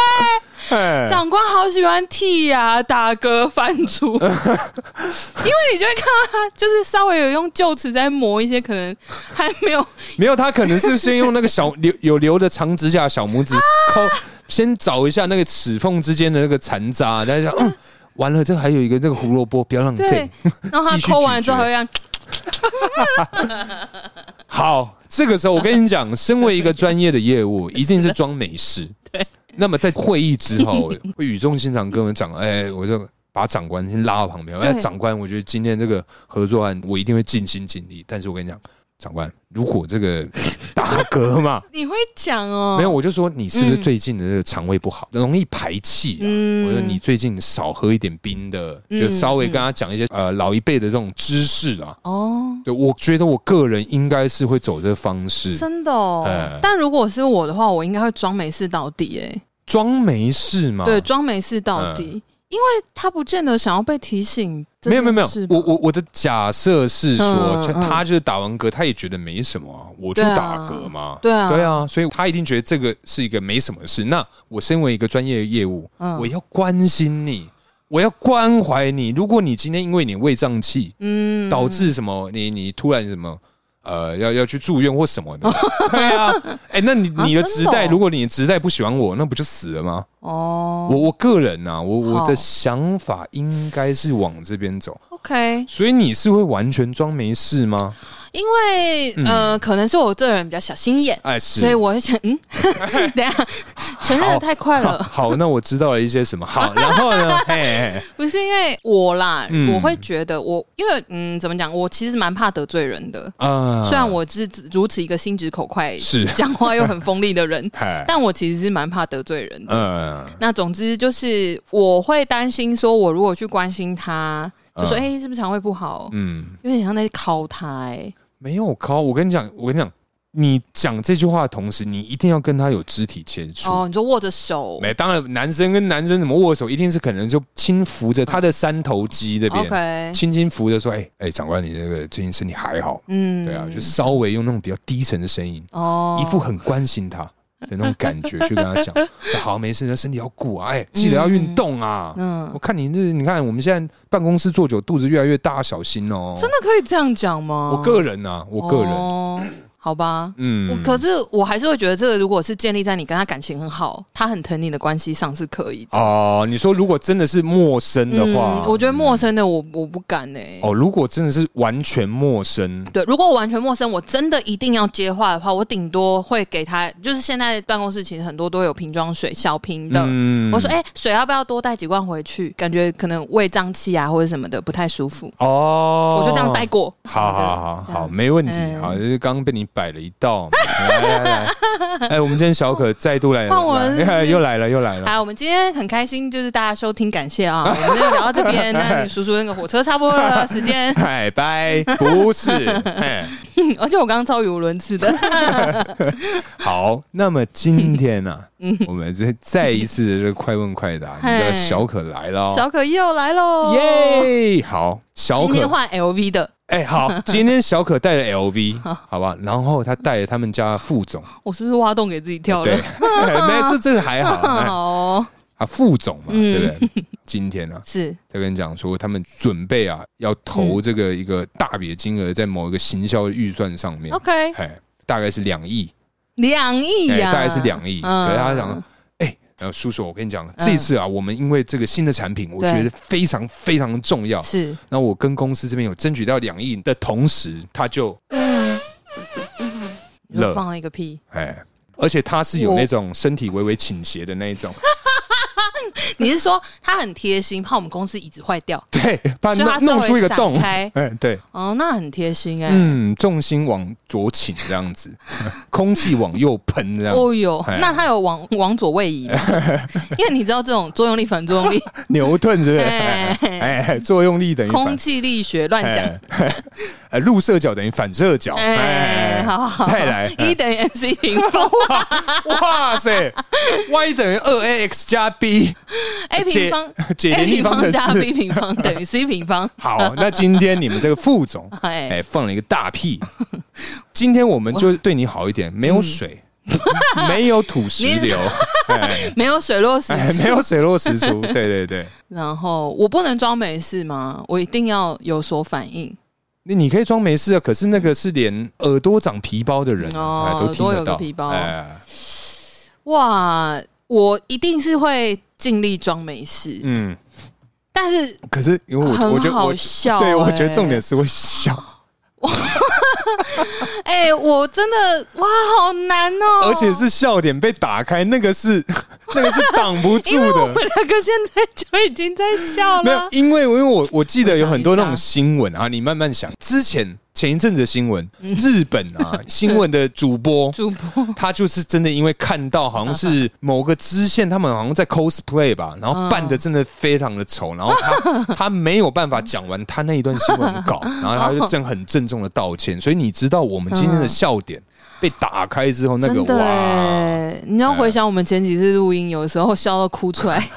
哎，
长官好喜欢剔牙、打嗝、翻 出，因为你就会看到他就是稍微有用臼齿在磨一些可能还没有
没有，他可能是先用那个小 留有留的长指甲小拇指抠，先找一下那个齿缝之间的那个残渣，大家想，嗯，完了，这还有一个这个胡萝卜，不要浪
对
费，，
然后他
继续
抠完之后会
咀嚼
这样，
好，这个时候我跟你讲，身为一个专业的业务， 一定是装没事。
对。
那么在会议 之后，会语重心长跟我讲，哎、我就把长官先拉到旁边。哎，
对
长官，我觉得今天这个合作案，我一定会尽心尽力。但是我跟你讲，长官，如果这 个打嗝嘛，
你会讲哦，
没有，我就说你是不是
嗯
最近的这个肠胃不好，容易排气、啊？
嗯
我说你最近少喝一点冰的，就
嗯
稍微跟他讲一些、呃老一辈的这种知识啊。
哦。
对，我觉得我个人应该是会走这个方式，
真的哦、
哎
但如果是我的话，我应该会装没事到底、欸，
装没事吗？
哎，对，，装没事到底，因为他不见得想要被提醒这
没有
件
嗯没
事吧。
有没有，我我我的假设是说
嗯，
就
嗯
他就是打完嗝，他也觉得没什么啊，我就
对啊
打嗝嘛，
对啊
对啊，所以他一定觉得这个是一个没什么事。那我身为一个专业的业务，
嗯
我要关心你，我要关怀你。如果你今天因为你胃胀气
嗯
导致什么，你你突然什么。呃，要要去住院或什 么的，对啊，哎、那你
啊
你的
真的
直代，
哦
如果你的直代不喜欢我，那不就死了吗？
哦，
我我个人呐、啊，我我
好
的想法应该是往这边走，
OK，
所以你是会完全装没事吗？
因为、
嗯
呃，可能是我这个人比较小心眼，
哎，是，
所以我会想， 嗯，等一下承认的太快
好
了，
好，那我知道了一些什么。好，然后呢？嘿，嘿
不是因为我啦，
嗯
我会觉得我因为嗯，怎么讲，我其实蛮怕得罪人的。
啊，
虽然我是如此一个心直口快、
是
讲话又很锋利的人，
嗨，
但我其实是蛮怕得罪人的。
嗯，
那总之就是我会担心，说我如果去关心他，就说
嗯
哎、诶是不是肠胃不好？
嗯，
有点像在敲他、欸，
没有靠，我跟你讲，我跟你讲，你讲这句话的同时，你一定要跟他有肢体接触。
哦，你说握着手
没，当然，男生跟男生怎么握手，一定是可能就轻扶着他的三头肌这边，
哦，OK，
轻轻扶着说：“哎哎，长官，你这个最近身体还好？”
嗯
对啊，就稍微用那种比较低沉的声音，
哦
一副很关心他的那种感觉去跟他 讲，好，没事，那身体要顾啊，哎，记得要运动啊。
嗯
我，看你这，你看我们现在办公室坐久，肚子越来越大，小心哦。
真的，可以这样讲吗？
我个人啊，我个人，
哦、好吧。我
嗯，
可是我还是会觉得，这个如果是建立在你跟他感情很好，他很疼你的关系上是可以的。
哦，你说如果真的是陌生的话，
嗯
嗯
我觉得陌生的我我不敢呢、欸
哦，如果真的是完全陌生，
对，如果我完全陌生，我真的一定要接话的话，我顶多会给他，就是现在办公室其实很多都有瓶装水，小瓶的。
嗯
我说，哎、水要不要多带几罐回去？感觉可能胃胀气啊，或者什么的不太舒服，
哦，
我就这样带过。
好好好好，没问题。
嗯
好，就是刚刚被你摆了一道，来来来， 哎，我们今天小可再度来
换我
了
了是，不
来
是
又来了又来 了，
好，我们今天很开心，就是大家收听，感谢 啊！我们就聊到这边，那你叔叔那个火车差不多了，时间。
拜哎拜，不是，哎，
而且我刚刚超语无伦次的，
好，那么今天呢、我们再再一次的这个快问快答，你知道
嗯嘿
小可来了哦，
小可又来喽！！
耶，好，小
今
可
天，换 LV 的，
哎、好，今天小 可带了 LV，好吧，然后他带了他们家副总，
我是不是挖洞给自己跳
对
了？，
没事，这个还 好，哎
好 哦，
啊，副总嘛，
嗯
对不对？今天呢、啊，
是
在跟你讲说，他们准备啊要
嗯
投这个一个大笔的金额在某一个行销的预算上面，
OK，
哎、大概是两亿，
两亿
哎
呀，
大概是两亿。
嗯
可是他讲，哎、呃，叔叔，我跟你讲，这一次啊，我们因为这个新的产品，我
对
觉得非常非常重要。
是
那我跟公司这边有争取到两亿的同时，他就
你说
了
放了一个屁，
哎，而且他是有
我
那种身体微微倾斜的那一 种，
你是说他很贴心，怕我们公司椅子坏掉，
对，把
所以他
啊弄弄
稍微
出一个
闪
洞，
开
哎，对，
哦，那很贴心哎、
嗯，重心往左倾这样子，空气往右喷这样，
哦哟，
哎
那他有往往左位 移吗？因为你知道这种作用力反作用力，
牛顿之类的，
哎
哎，作用力等于
空
反，
气力学乱讲。
哎，哎入射角等于反射角，
哎，好好，
再来，哎
一等于 mc 平方
哇塞，y 等于二 ax 加 b
，a 哎平方
解
a
联立
平
方
方
程
加
式。
b 平 方等于 c 平方。
好，那今天你们这个副总，
哎，
哎，放了一个大屁。今天我们就对你好一点，没有水， 没有土石
你
流，哎，
没有水落石
哎
出。
没有水落石出，对对对。
然后我不能装没事吗？我一定要有所反应。
那你可以装没事啊，可是那个是连耳朵长皮包的人、
哦
哎都听
耳朵
得
有个
到。
皮包
哎，
哇，我一定是会尽力装没事，
嗯，
但是
可是因为我我
很
觉得我
好笑、哦
对我
哎
觉得重点，是会 笑，
哎、我真的哇，好难哦，
而且是笑点被打开，那个是 那个是挡不住
因为我们
的。
两个现在就已经在笑
没有
了，，
因为因为我我记得有很多
我
那
想一下
种新闻啊，你慢慢想，之前前一阵子的新闻，
嗯
日本啊新闻的 主播，
主播
他就是真的因为看到好
嗯
像是某个支线，他们好像在 cosplay 吧，然后扮的真的非常的丑，然后 他他没有办法讲完他那一段新闻稿，然后他就正很郑重的道歉。所以你知道我们今天的笑点被打开之后，那个
真的
哇，
哎，你要回想我们前几次录音，有时候笑到哭出 来。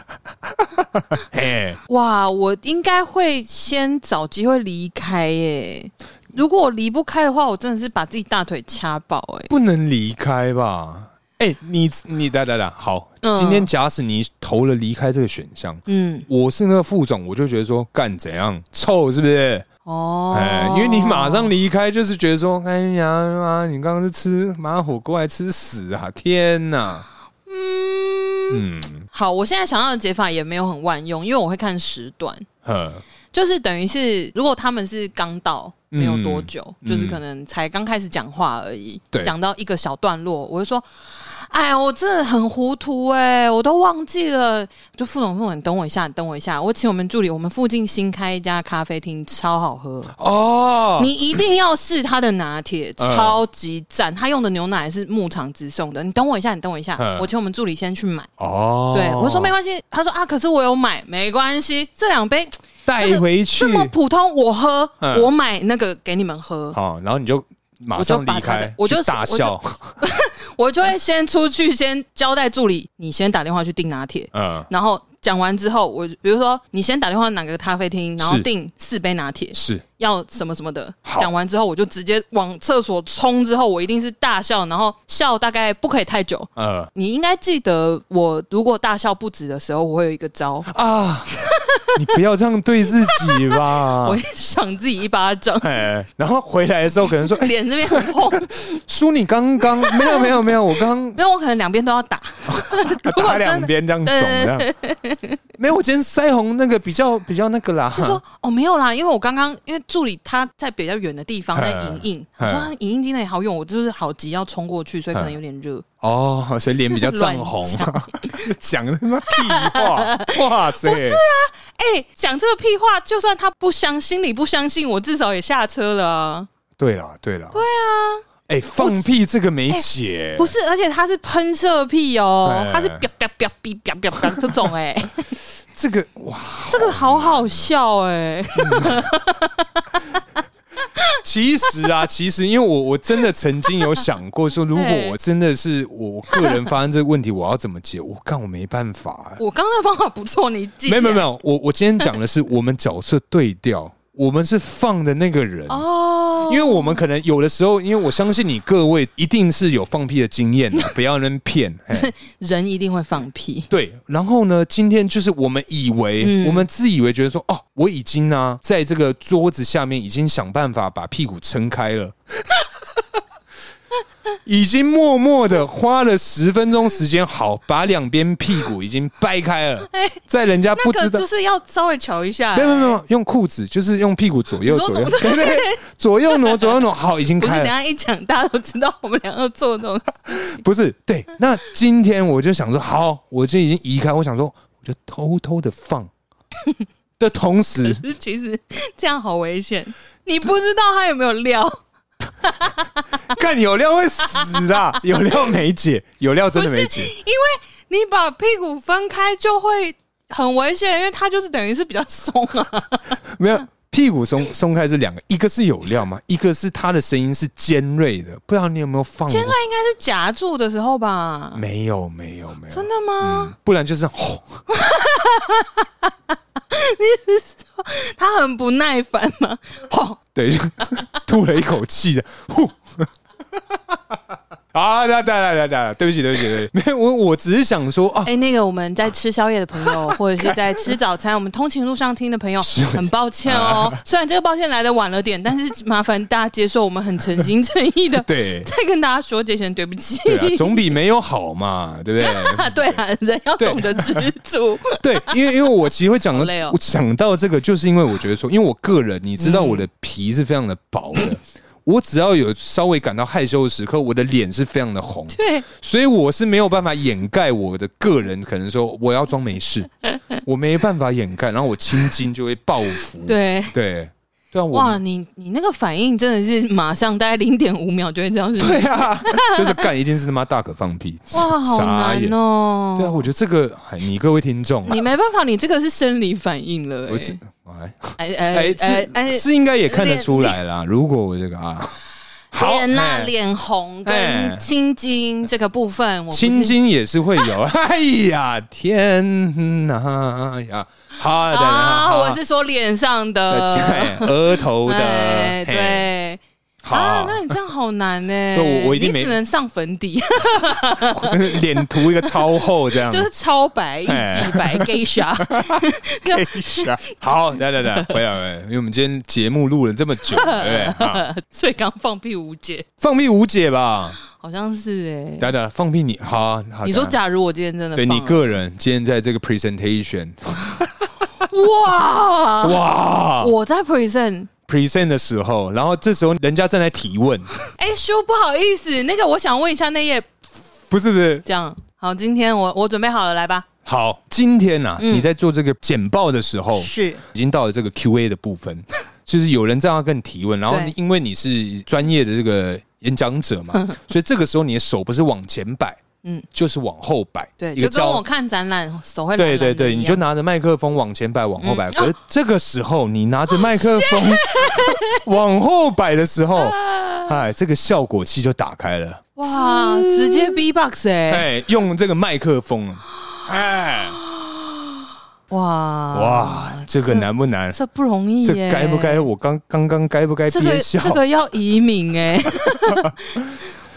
哎，
哇，我应该会先找机会离开耶。如果我离不开的话，我真的是把自己大腿掐爆哎。
不能离开吧？哎，你你来来来，好，
嗯
今天假使你投了离开这个选项。
嗯，
我是那个副总，我就觉得说干怎样臭是不是？
哦，
哎，因为你马上离开，就是觉得说，哎呀妈，你刚刚是吃麻辣火锅还吃屎啊！天哪，
嗯，
嗯，
好，我现在想要的解法也没有很万用，因为我会看时段，
呵，
就是等于是如果他们是刚到。没有多久，
嗯
就是可能才刚开始讲话而已
对，
讲到一个小段落，我就说：“哎呀，我真的很糊涂哎、我都忘记了。”就副总副总，你等我一下，你等我一下，我请我们助理，我们附近新开一家咖啡厅，超好喝，
哦，
你一定要试他的拿铁，
嗯
超级赞。他用的牛奶是牧场直送的，你等我一下，你等我一下
嗯，
我请我们助理先去买。
哦，
对，我说没关系，他说啊，可是我有买，没关系，这两杯
带回去
这，么普通，我喝，
嗯
我买那个给你们喝，
好，然后你就马上离开，
我就把他的我就
去大笑，
我就会先出去，先交代助理，你先打电话去订拿铁，
嗯，
然后讲完之后，我比如说你先打电话哪个咖啡厅，然后
是
订四杯拿铁，
是
要什么什么的
好。
讲完之后，我就直接往厕所冲，之后我一定是大笑，然后笑大概不可以太久。
呃
你应该记得，我如果大笑不止的时候，我会有一个招，
啊，你不要这样对自己吧，
我。会赏自己一巴掌，
哎，然后回来的时候可能说哎
脸这边很 红，
叔，你刚刚没有没有没有，我刚
因为我可能两边都要打。果
打两边这样肿这样，没有，我今天腮红那个比较比较那个啦，
他说：“哦，没有啦，因为我刚刚因为助理他在比较远的地方在影印，
嗯
我说他影印机那里好远，我就是好急要冲过去，所以可能有点热。
哦，所以脸比较涨红， 讲他妈屁话，哇塞！不是啊，
哎，讲这个屁话，就算他不相心里不相信我，至少也下车了啊。
对啦，对啦，对啊。哎、放屁这个没解，
不是，而且它是喷射屁哦，
对
它是表表表哔表表表这种哎、
这个哇，
这个好好笑哎、
其实啊，其实因为我我真的曾经有想过说，如果我真的是我个人发生这个问题，我要怎么解？我看我没办法、啊
我刚刚的方法不错，你记
没有没有没
有
有，我我今天讲的是我们角色对调，我们是放的那个人。
哦，
因为我们可能有的时候，因为我相信你各位一定是有放屁的经验啊 的，不要人骗。嘿
嗯人一定会放屁，
对，然后呢，今天就是我们以为，
嗯
我们自以为觉得说，哦，我已经呢、在这个桌子下面已经想办法把屁股撑开了， 已经默默的花了十分钟时间，好，把两边屁股已经掰开了，在人家
哎那
不知
个
道
就。是要稍微瞧一下、
没有没有没
有，
有，用裤子就是用屁股左右
你说
左右，
我
对 对，对左右挪左右挪，好，已经
不是
开
等一
了。
下一讲大家都知道我们两个做这种事，
不是，对。那今天我就想说，好，我就已经移开，我想说，我就偷偷的 放的同时，
可是 其实这样好危险，你不知道他有没有料，
看有料会死 的，有料没解，有料真的没解。
你把屁股分开就会很危险，因为它就是等于是比较松 啊，
没有屁股松松开是两个，一个是有料嘛，一个是它的声音是尖锐的，不知道你有没有放过？
尖锐应该是夹住的时候吧？
没有没有没有，
真的吗？
不然就是吼。
他很不耐烦哦吗？吼，
对， 就吐了一口气的，呼。 啊，来来来来来，对不起，对不起，对不起，没有，我我只是想说啊
哎、，那个我们在吃宵夜的朋 友，或者是在吃早餐，我们通勤路上听的朋友，很抱歉哦。虽然这个抱歉来的晚了点，但是麻烦大家接受，我们很诚心诚意 的
对
再跟大家说这些对不起。
对啊，总比没有 好嘛，对不对？
啊， 对啊，人要
对
懂得知足。
对，因为因为我其实会讲
好累
的
哦，
我想到这个，就是因为我觉得说，因为我个人，你知道
嗯
我的皮是非常的薄的， 我只要有稍微感到害羞的时刻，我的脸是非常的 红，
对，
所以我是没有办法掩盖我的个人，可能说我要装 没事，我没办法掩盖，然后我青筋就会爆浮，
对，
对对啊，我
哇，你你那个反应真的是马上大概零点五秒就会这样子。
对啊，就是干一定是他妈大可放屁，
哇，好
傻
难
眼。
哦。
对啊，我觉得这个，哎你各位听众，
你没办法，你这个是生理反应了、
我
欸
这。哎
哎
哎
哎哎哎
是，是应该也看得出来啦。如果我这 个啊，好
脸呐、
哎
脸红
哎
跟青筋这个部分，我不是
青筋也是会有。 哎呀，天哪呀！好，等等
啊，
好
我是说脸上的，
哎额头的，
哎
嘿，
对，啊
好，，
那你这样好难呢、
对我我一定没
你只能上粉底，
脸涂一个超厚这样
就。是超白一
哎
级白 gay 傻，
好，来来来，回来回来，因为我们今天节目录了这么久，对不对？好
所以刚放屁无解，
放屁无解吧？
好像是哎、
等一下等一下，放屁你好啊，好
你说
等一下
假如我今天真的
对
放
你
了
个人今天在这个 presentation，
哇，
哇
我在 present。
，present 的时候，然后这时候人家正在提 问，
哎，叔，不好意思，那个我想问一下那页，
不是不是，
这样好，今天我我准备好了，来吧。
好，今天呐、
嗯
你在做这个简报的时候，
是，
已经到了这个 Q&A 的 部分，就是有人这样跟你提问，然后
对
你因为你是专业的这个演讲者 嘛，所以这个时候你的手不是往前摆，嗯
嗯，
就是往后摆，
对，
一
就
个
跟
交
我看展览手会懒
对
懒的
对对，
一
你就
样
拿着麦克风往前摆，往后
嗯
摆。
哦
可是这个时候，你拿着麦克风 往后摆的时 候，哎，这个效果器就打开了。
哇，直接 B box 哎，
哎，用这个麦克风，啊哎，
哇
哇，，这个难不难？
这不容易
这
耶，
该不该？？我刚刚刚该不该
这个
憋笑
这？个要移民 哎。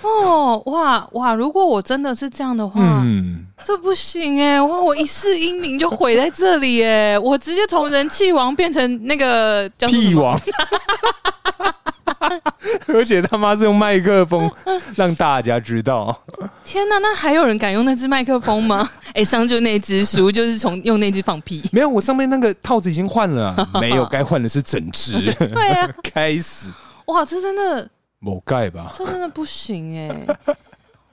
哦，哇哇！如果我真的是这样的话，
嗯，
这不行哎！哇，我一世英名就毁在这里哎！我直接从人气王变成那个叫什么
屁王。而且他妈是用麦克风 让大家知道，
天呐，那还有人敢用那只麦克风吗？ 哎、上就那只书就是从用那只放 屁。
没有我上面那个套子已经换了 啊，没有该换的是整只。
对啊，
开始
哇，这真的
某盖吧，
这真的不行哎、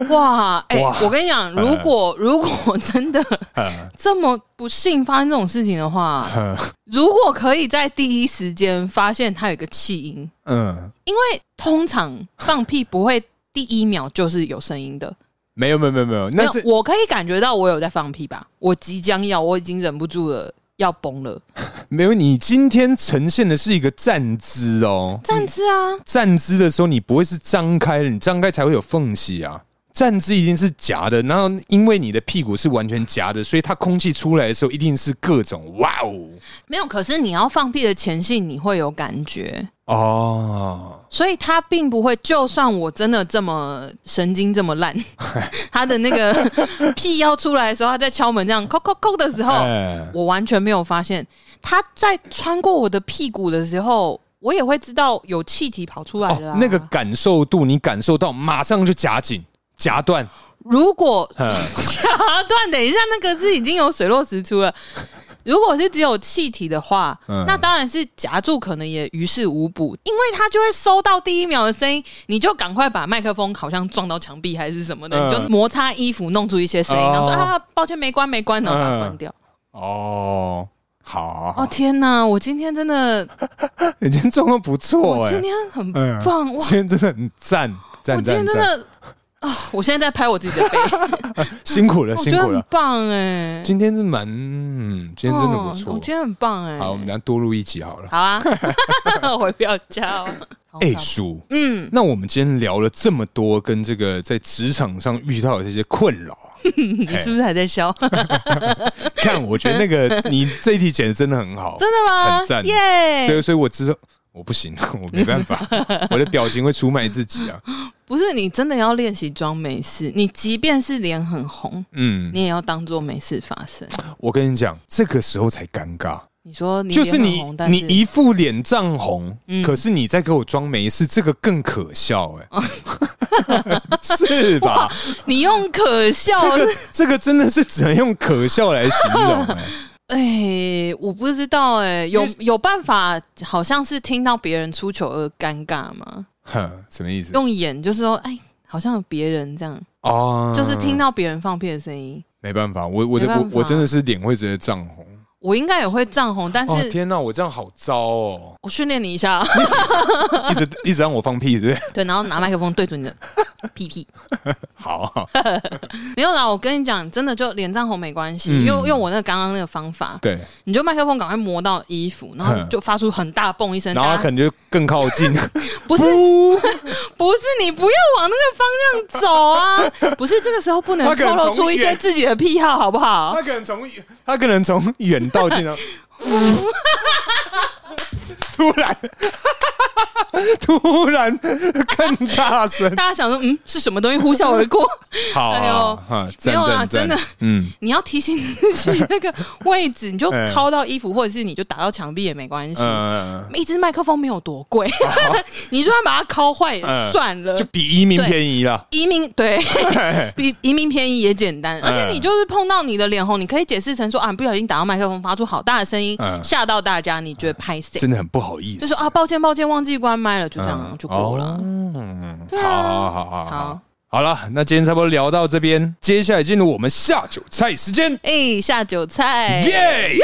哇，哎、
哇嗯
我跟你讲，如果如果真的
呃
这么不幸发生这种事情的话，
呃
如果可以在第一时间发现它有一个气音，
嗯，
因为通常放屁不会第一秒就是有声音的。
没有没有没有没有，那
没
是
有我可以感觉到我有在放屁吧，我即将要，我已经忍不住了，要崩了，
没有。你今天呈现的是一个站姿哦，
站姿啊，
站姿的时候你不会是张开的，你张开才会有缝隙啊。站姿一定是夹的，然后因为你的屁股是完全夹的，所以它空气出来的时候一定是各种哇哦
没有。可是你要放屁的前戏，你会有感觉。
哦，
所以他并不会，就算我真的这么神经这么 烂，他的那个 屁要出来的时候，他在敲门这样“叩叩叩”的时候，
哎
我完全没有发现。他在穿过我的屁股的时候，我也会知道有气体跑出来了、
哦，那个，感受度你感受到，马上就夹紧夹断，
如果
嗯
啊，断，等一下，那个是已经有水落石出了。如果是只有气体的话，
嗯
那当然是夹住，可能也于事无补，因为它就会收到第一秒的声音，你就赶快把麦克风好像撞到墙壁还是什么的，
嗯
你就摩擦衣服弄出一些声音，
哦
然后说啊，抱歉没关没关，然后把它
嗯
关掉。
哦，好，
哦天哪，我今天真的，
你 今天状况不错
我
哎、
今天很
嗯
棒哇！
今天真的很赞，
我
赞
今天
赞
真
赞，
的啊，我现在在拍我自己 的背，
辛苦了
我
辛
觉得
苦
很
了，
棒哎，
今天是蛮，嗯，今天真的不
哦
错
我。觉得很棒哎。
好，我们等一下多录一集好了。
好 啊， 回票价哦。
哎，叔，
嗯，
那我们今天聊了这么多，跟这个在职场上遇到的这些困 扰，
你是不是还在笑？
看，我觉得那个你这一题剪的真的很好，
真的吗
很？赞对，
耶！
所以我知道我不行， 我没办 法，我的表情会出卖自己啊。
不是你真的要练习装没事，你即便是脸很红，
嗯，
你也要当做没事发生。
我跟你讲，这个时候才尴尬，
你说你
就是
脸很
你
红，但
你
是
一副脸涨红，
嗯
可是你在给我装没事，这个更可笑 哎、是吧？
你用可笑，
这个这个真的是只能用可笑来形容哎、
哎，我不知道哎，有有办法，好像是听到别人出糗而尴尬吗？
哼，什么意思？
用眼就是说，哎，好像有别人这样，
哦，
就是听到别人放屁的声音。
没办法，我我的
没办法
我我真的是脸会直接涨红。
我应该也会涨红，但
哦
是
天哪，我这样好糟哦！
我训练你一下，啊
一直一直让我放屁，对不对？
对，然后拿麦克风对准你的屁屁。
好，
没有啦，我跟你讲，真的就脸涨红没关系，
嗯
用用我那个刚刚那个方法，
对，
你就麦克风赶快磨到衣服，然后
哼
就发出很大的嘣一声。
然后
大家
他可能就更靠近。
不是不是，你不要往那个方向走啊！不是这个时候不能
他可能
透露出
从
一些
远
自己的癖好，好不好
他？可能从他可能从远到 近啊，突然 突然更大 声，
大家想说，嗯，是什么东西呼啸而过？
好
哎呦
啊，哈
没
赞
有啊
赞赞
真的
嗯，
你要提醒自己 那个位置，你就
哎
掏到衣服，或者是你就打到墙壁也没关系。
呃，
一支麦克风没有多贵， 你就算把它敲坏也
哦嗯
算了，
就比移民便宜了，
移民 对比移民便宜也简
嗯
单，而且你就是碰到你的脸红，你可以解释成说啊，你不小心打到麦克风，发出好大的声音，
嗯
吓到大家，你觉得拍谁？
真的很不好意思，
就说啊，抱歉抱歉，忘记关麦了，就这样、
嗯
就过了。
哦
对
好
啊
好好好
好
好，好了，那今天差不多聊到这边，接下来进入我们下酒菜时间，
哎、下酒菜，
耶！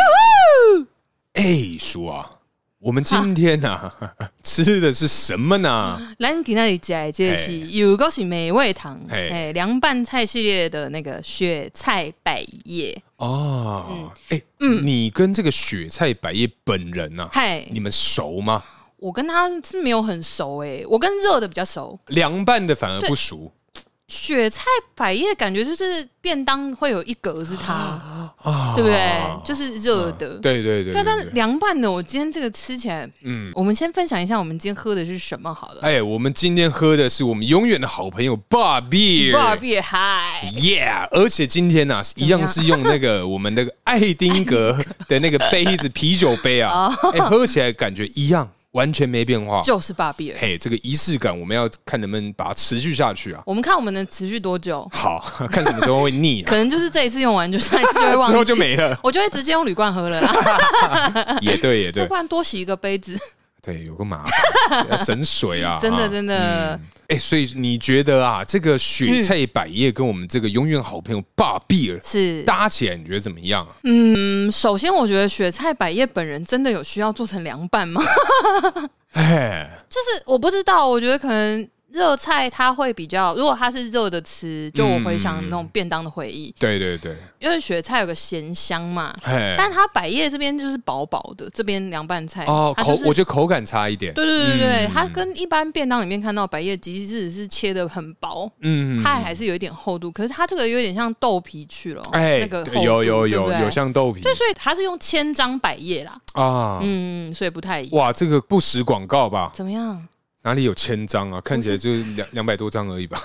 哎，叔啊，我们今天呐 吃的是什么呢？
咱今天吃这是有个是美味堂，
嘿
哎，凉拌菜系列的那个雪菜百叶，
哦，哎，你跟这个雪菜百叶本人呐，
嗯嗨，
你们熟吗？
我跟他是没有很熟哎、我跟热的比较熟，
凉拌的反而不熟
雪菜百叶感觉就是便当会有一格是它，
啊
对不对？就是热的。
对对对
对，
对
但
对
是
对，
凉拌的，我今天这个吃起来，
嗯。
我们先分享一下我们今天喝的是什么好了。
哎，我们今天喝的是我们永远的好朋友 Bar Beer。
b a r b e
哎
嗨，
Yeah！而且今天呢、啊，一样是用那个我们那个爱丁 格的那个杯子，啤酒杯啊，哎、喝起来感觉一样，完全没变化。
哦就是 b a r b e
嘿，这个仪式感，我们要看能不能把它持续下去啊。
我们看我们能持续多久，
好 看什么时候会腻啊，
可能就是这一次用完，就下一次就会忘记，
之 后就没了。
我就会直接用铝罐喝了啦，
也对，也
要
对
不，然多洗一个杯子。
对，有个麻烦，要省水啊，
真的
啊
真的
嗯哎、所以你觉得啊，这个雪菜百叶跟我们这个永远好朋友爸比尔
是
搭起来，你觉得怎么样啊？
嗯，首先我觉得雪菜百叶本人真的有需要做成凉拌吗？
哎，
就是我不知道，我觉得可能热菜它会比较，如果它是热的吃，就我回想那种便当的回忆，
对对对，
因为雪菜有个咸香嘛，
哎，
但它百叶这边就是薄薄的，这边凉拌菜
哦，
它
口
就是
我觉得口感差一点，
对对对对，
嗯
它跟一般便当里面看到百叶即使是切的很薄，
嗯
它还是有一点厚度，可是它这个有点像豆皮去了哦，
哎、
那个厚
对
度
有有有
对不对
有像豆皮
对，所以它是用千张百叶啦，
啊，
嗯，所以不太一样。
哇，这个不实广告吧？
怎么样，
哪里有千张啊？看起来就两两百多张而已 吧？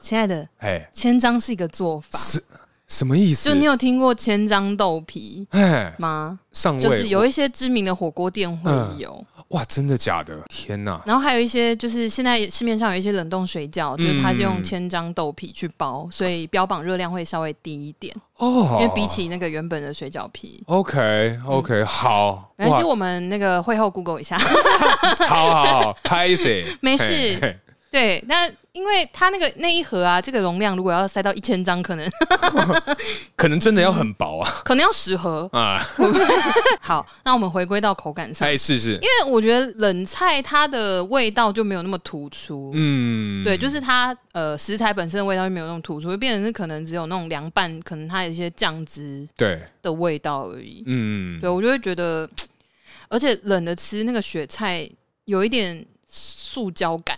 亲爱的？
哎，
千张是一个做法，
是什么意思？
就你有听过千张豆皮
哎，
吗？
上位
就是有一些知名的火锅店会
嗯
有，
哇，真的假的？天哪！
然后还有一些就是现在市面上有一些冷冻水
嗯
饺，就是它是用千张豆皮去包，所以标榜热量会稍微低一点，
哦，
因为比起那嗯个原本的水饺皮。
OK OK，、好
而
哇
且，我们那个会后 Google 一下，
好好好，拍谁？
没事
嘿嘿
对，那因为它那个那一盒啊，这个容量如果要塞到一千张，可能
可能真的
嗯
要很薄啊
可能要十盒。
啊！
好，那我们回归到口感上，
哎，是是，
因为我觉得冷菜它的味道就没有那么突出，
嗯，
对，就是它呃食材本身的味道就没有那么突出，变成是可能只有那种凉拌，可能它有一些酱汁
对，
的味道而已。
嗯，
对我就会觉得，而且冷的吃那个雪菜有一点塑胶感，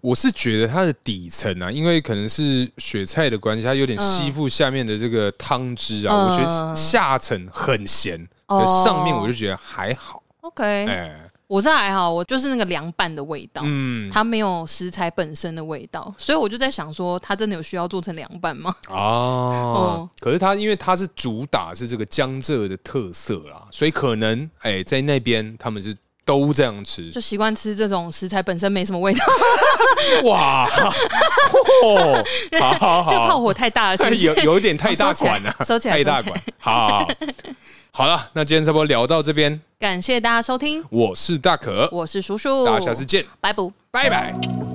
我是觉得它的底层啊，因为可能是雪菜的关系，它有点吸附下面的这个汤汁啊，
嗯
我觉得下层很咸，可
哦
上面我就觉得还好，
OK，、
哎，
我这还好，我就是那个凉拌的味道。
嗯
它没有食材本身的味道，所以我就在想说，它真的有需要做成凉拌吗？
哦，啊可是它因为它是主打是这个江浙的特色啦，所以可能哎在那边他们是都这样吃
就，习惯吃这种食材本身没什么味道，
哇，哦，好好
这个炮
好，
火太大了，是不是？
有有一点太大管了、
收起来收
太
起来
大管，好好好，好了，那今天差不多聊到这边。
感谢大家收听，
我是大可，
我是叔叔，
大家下次见，
拜拜。
拜拜。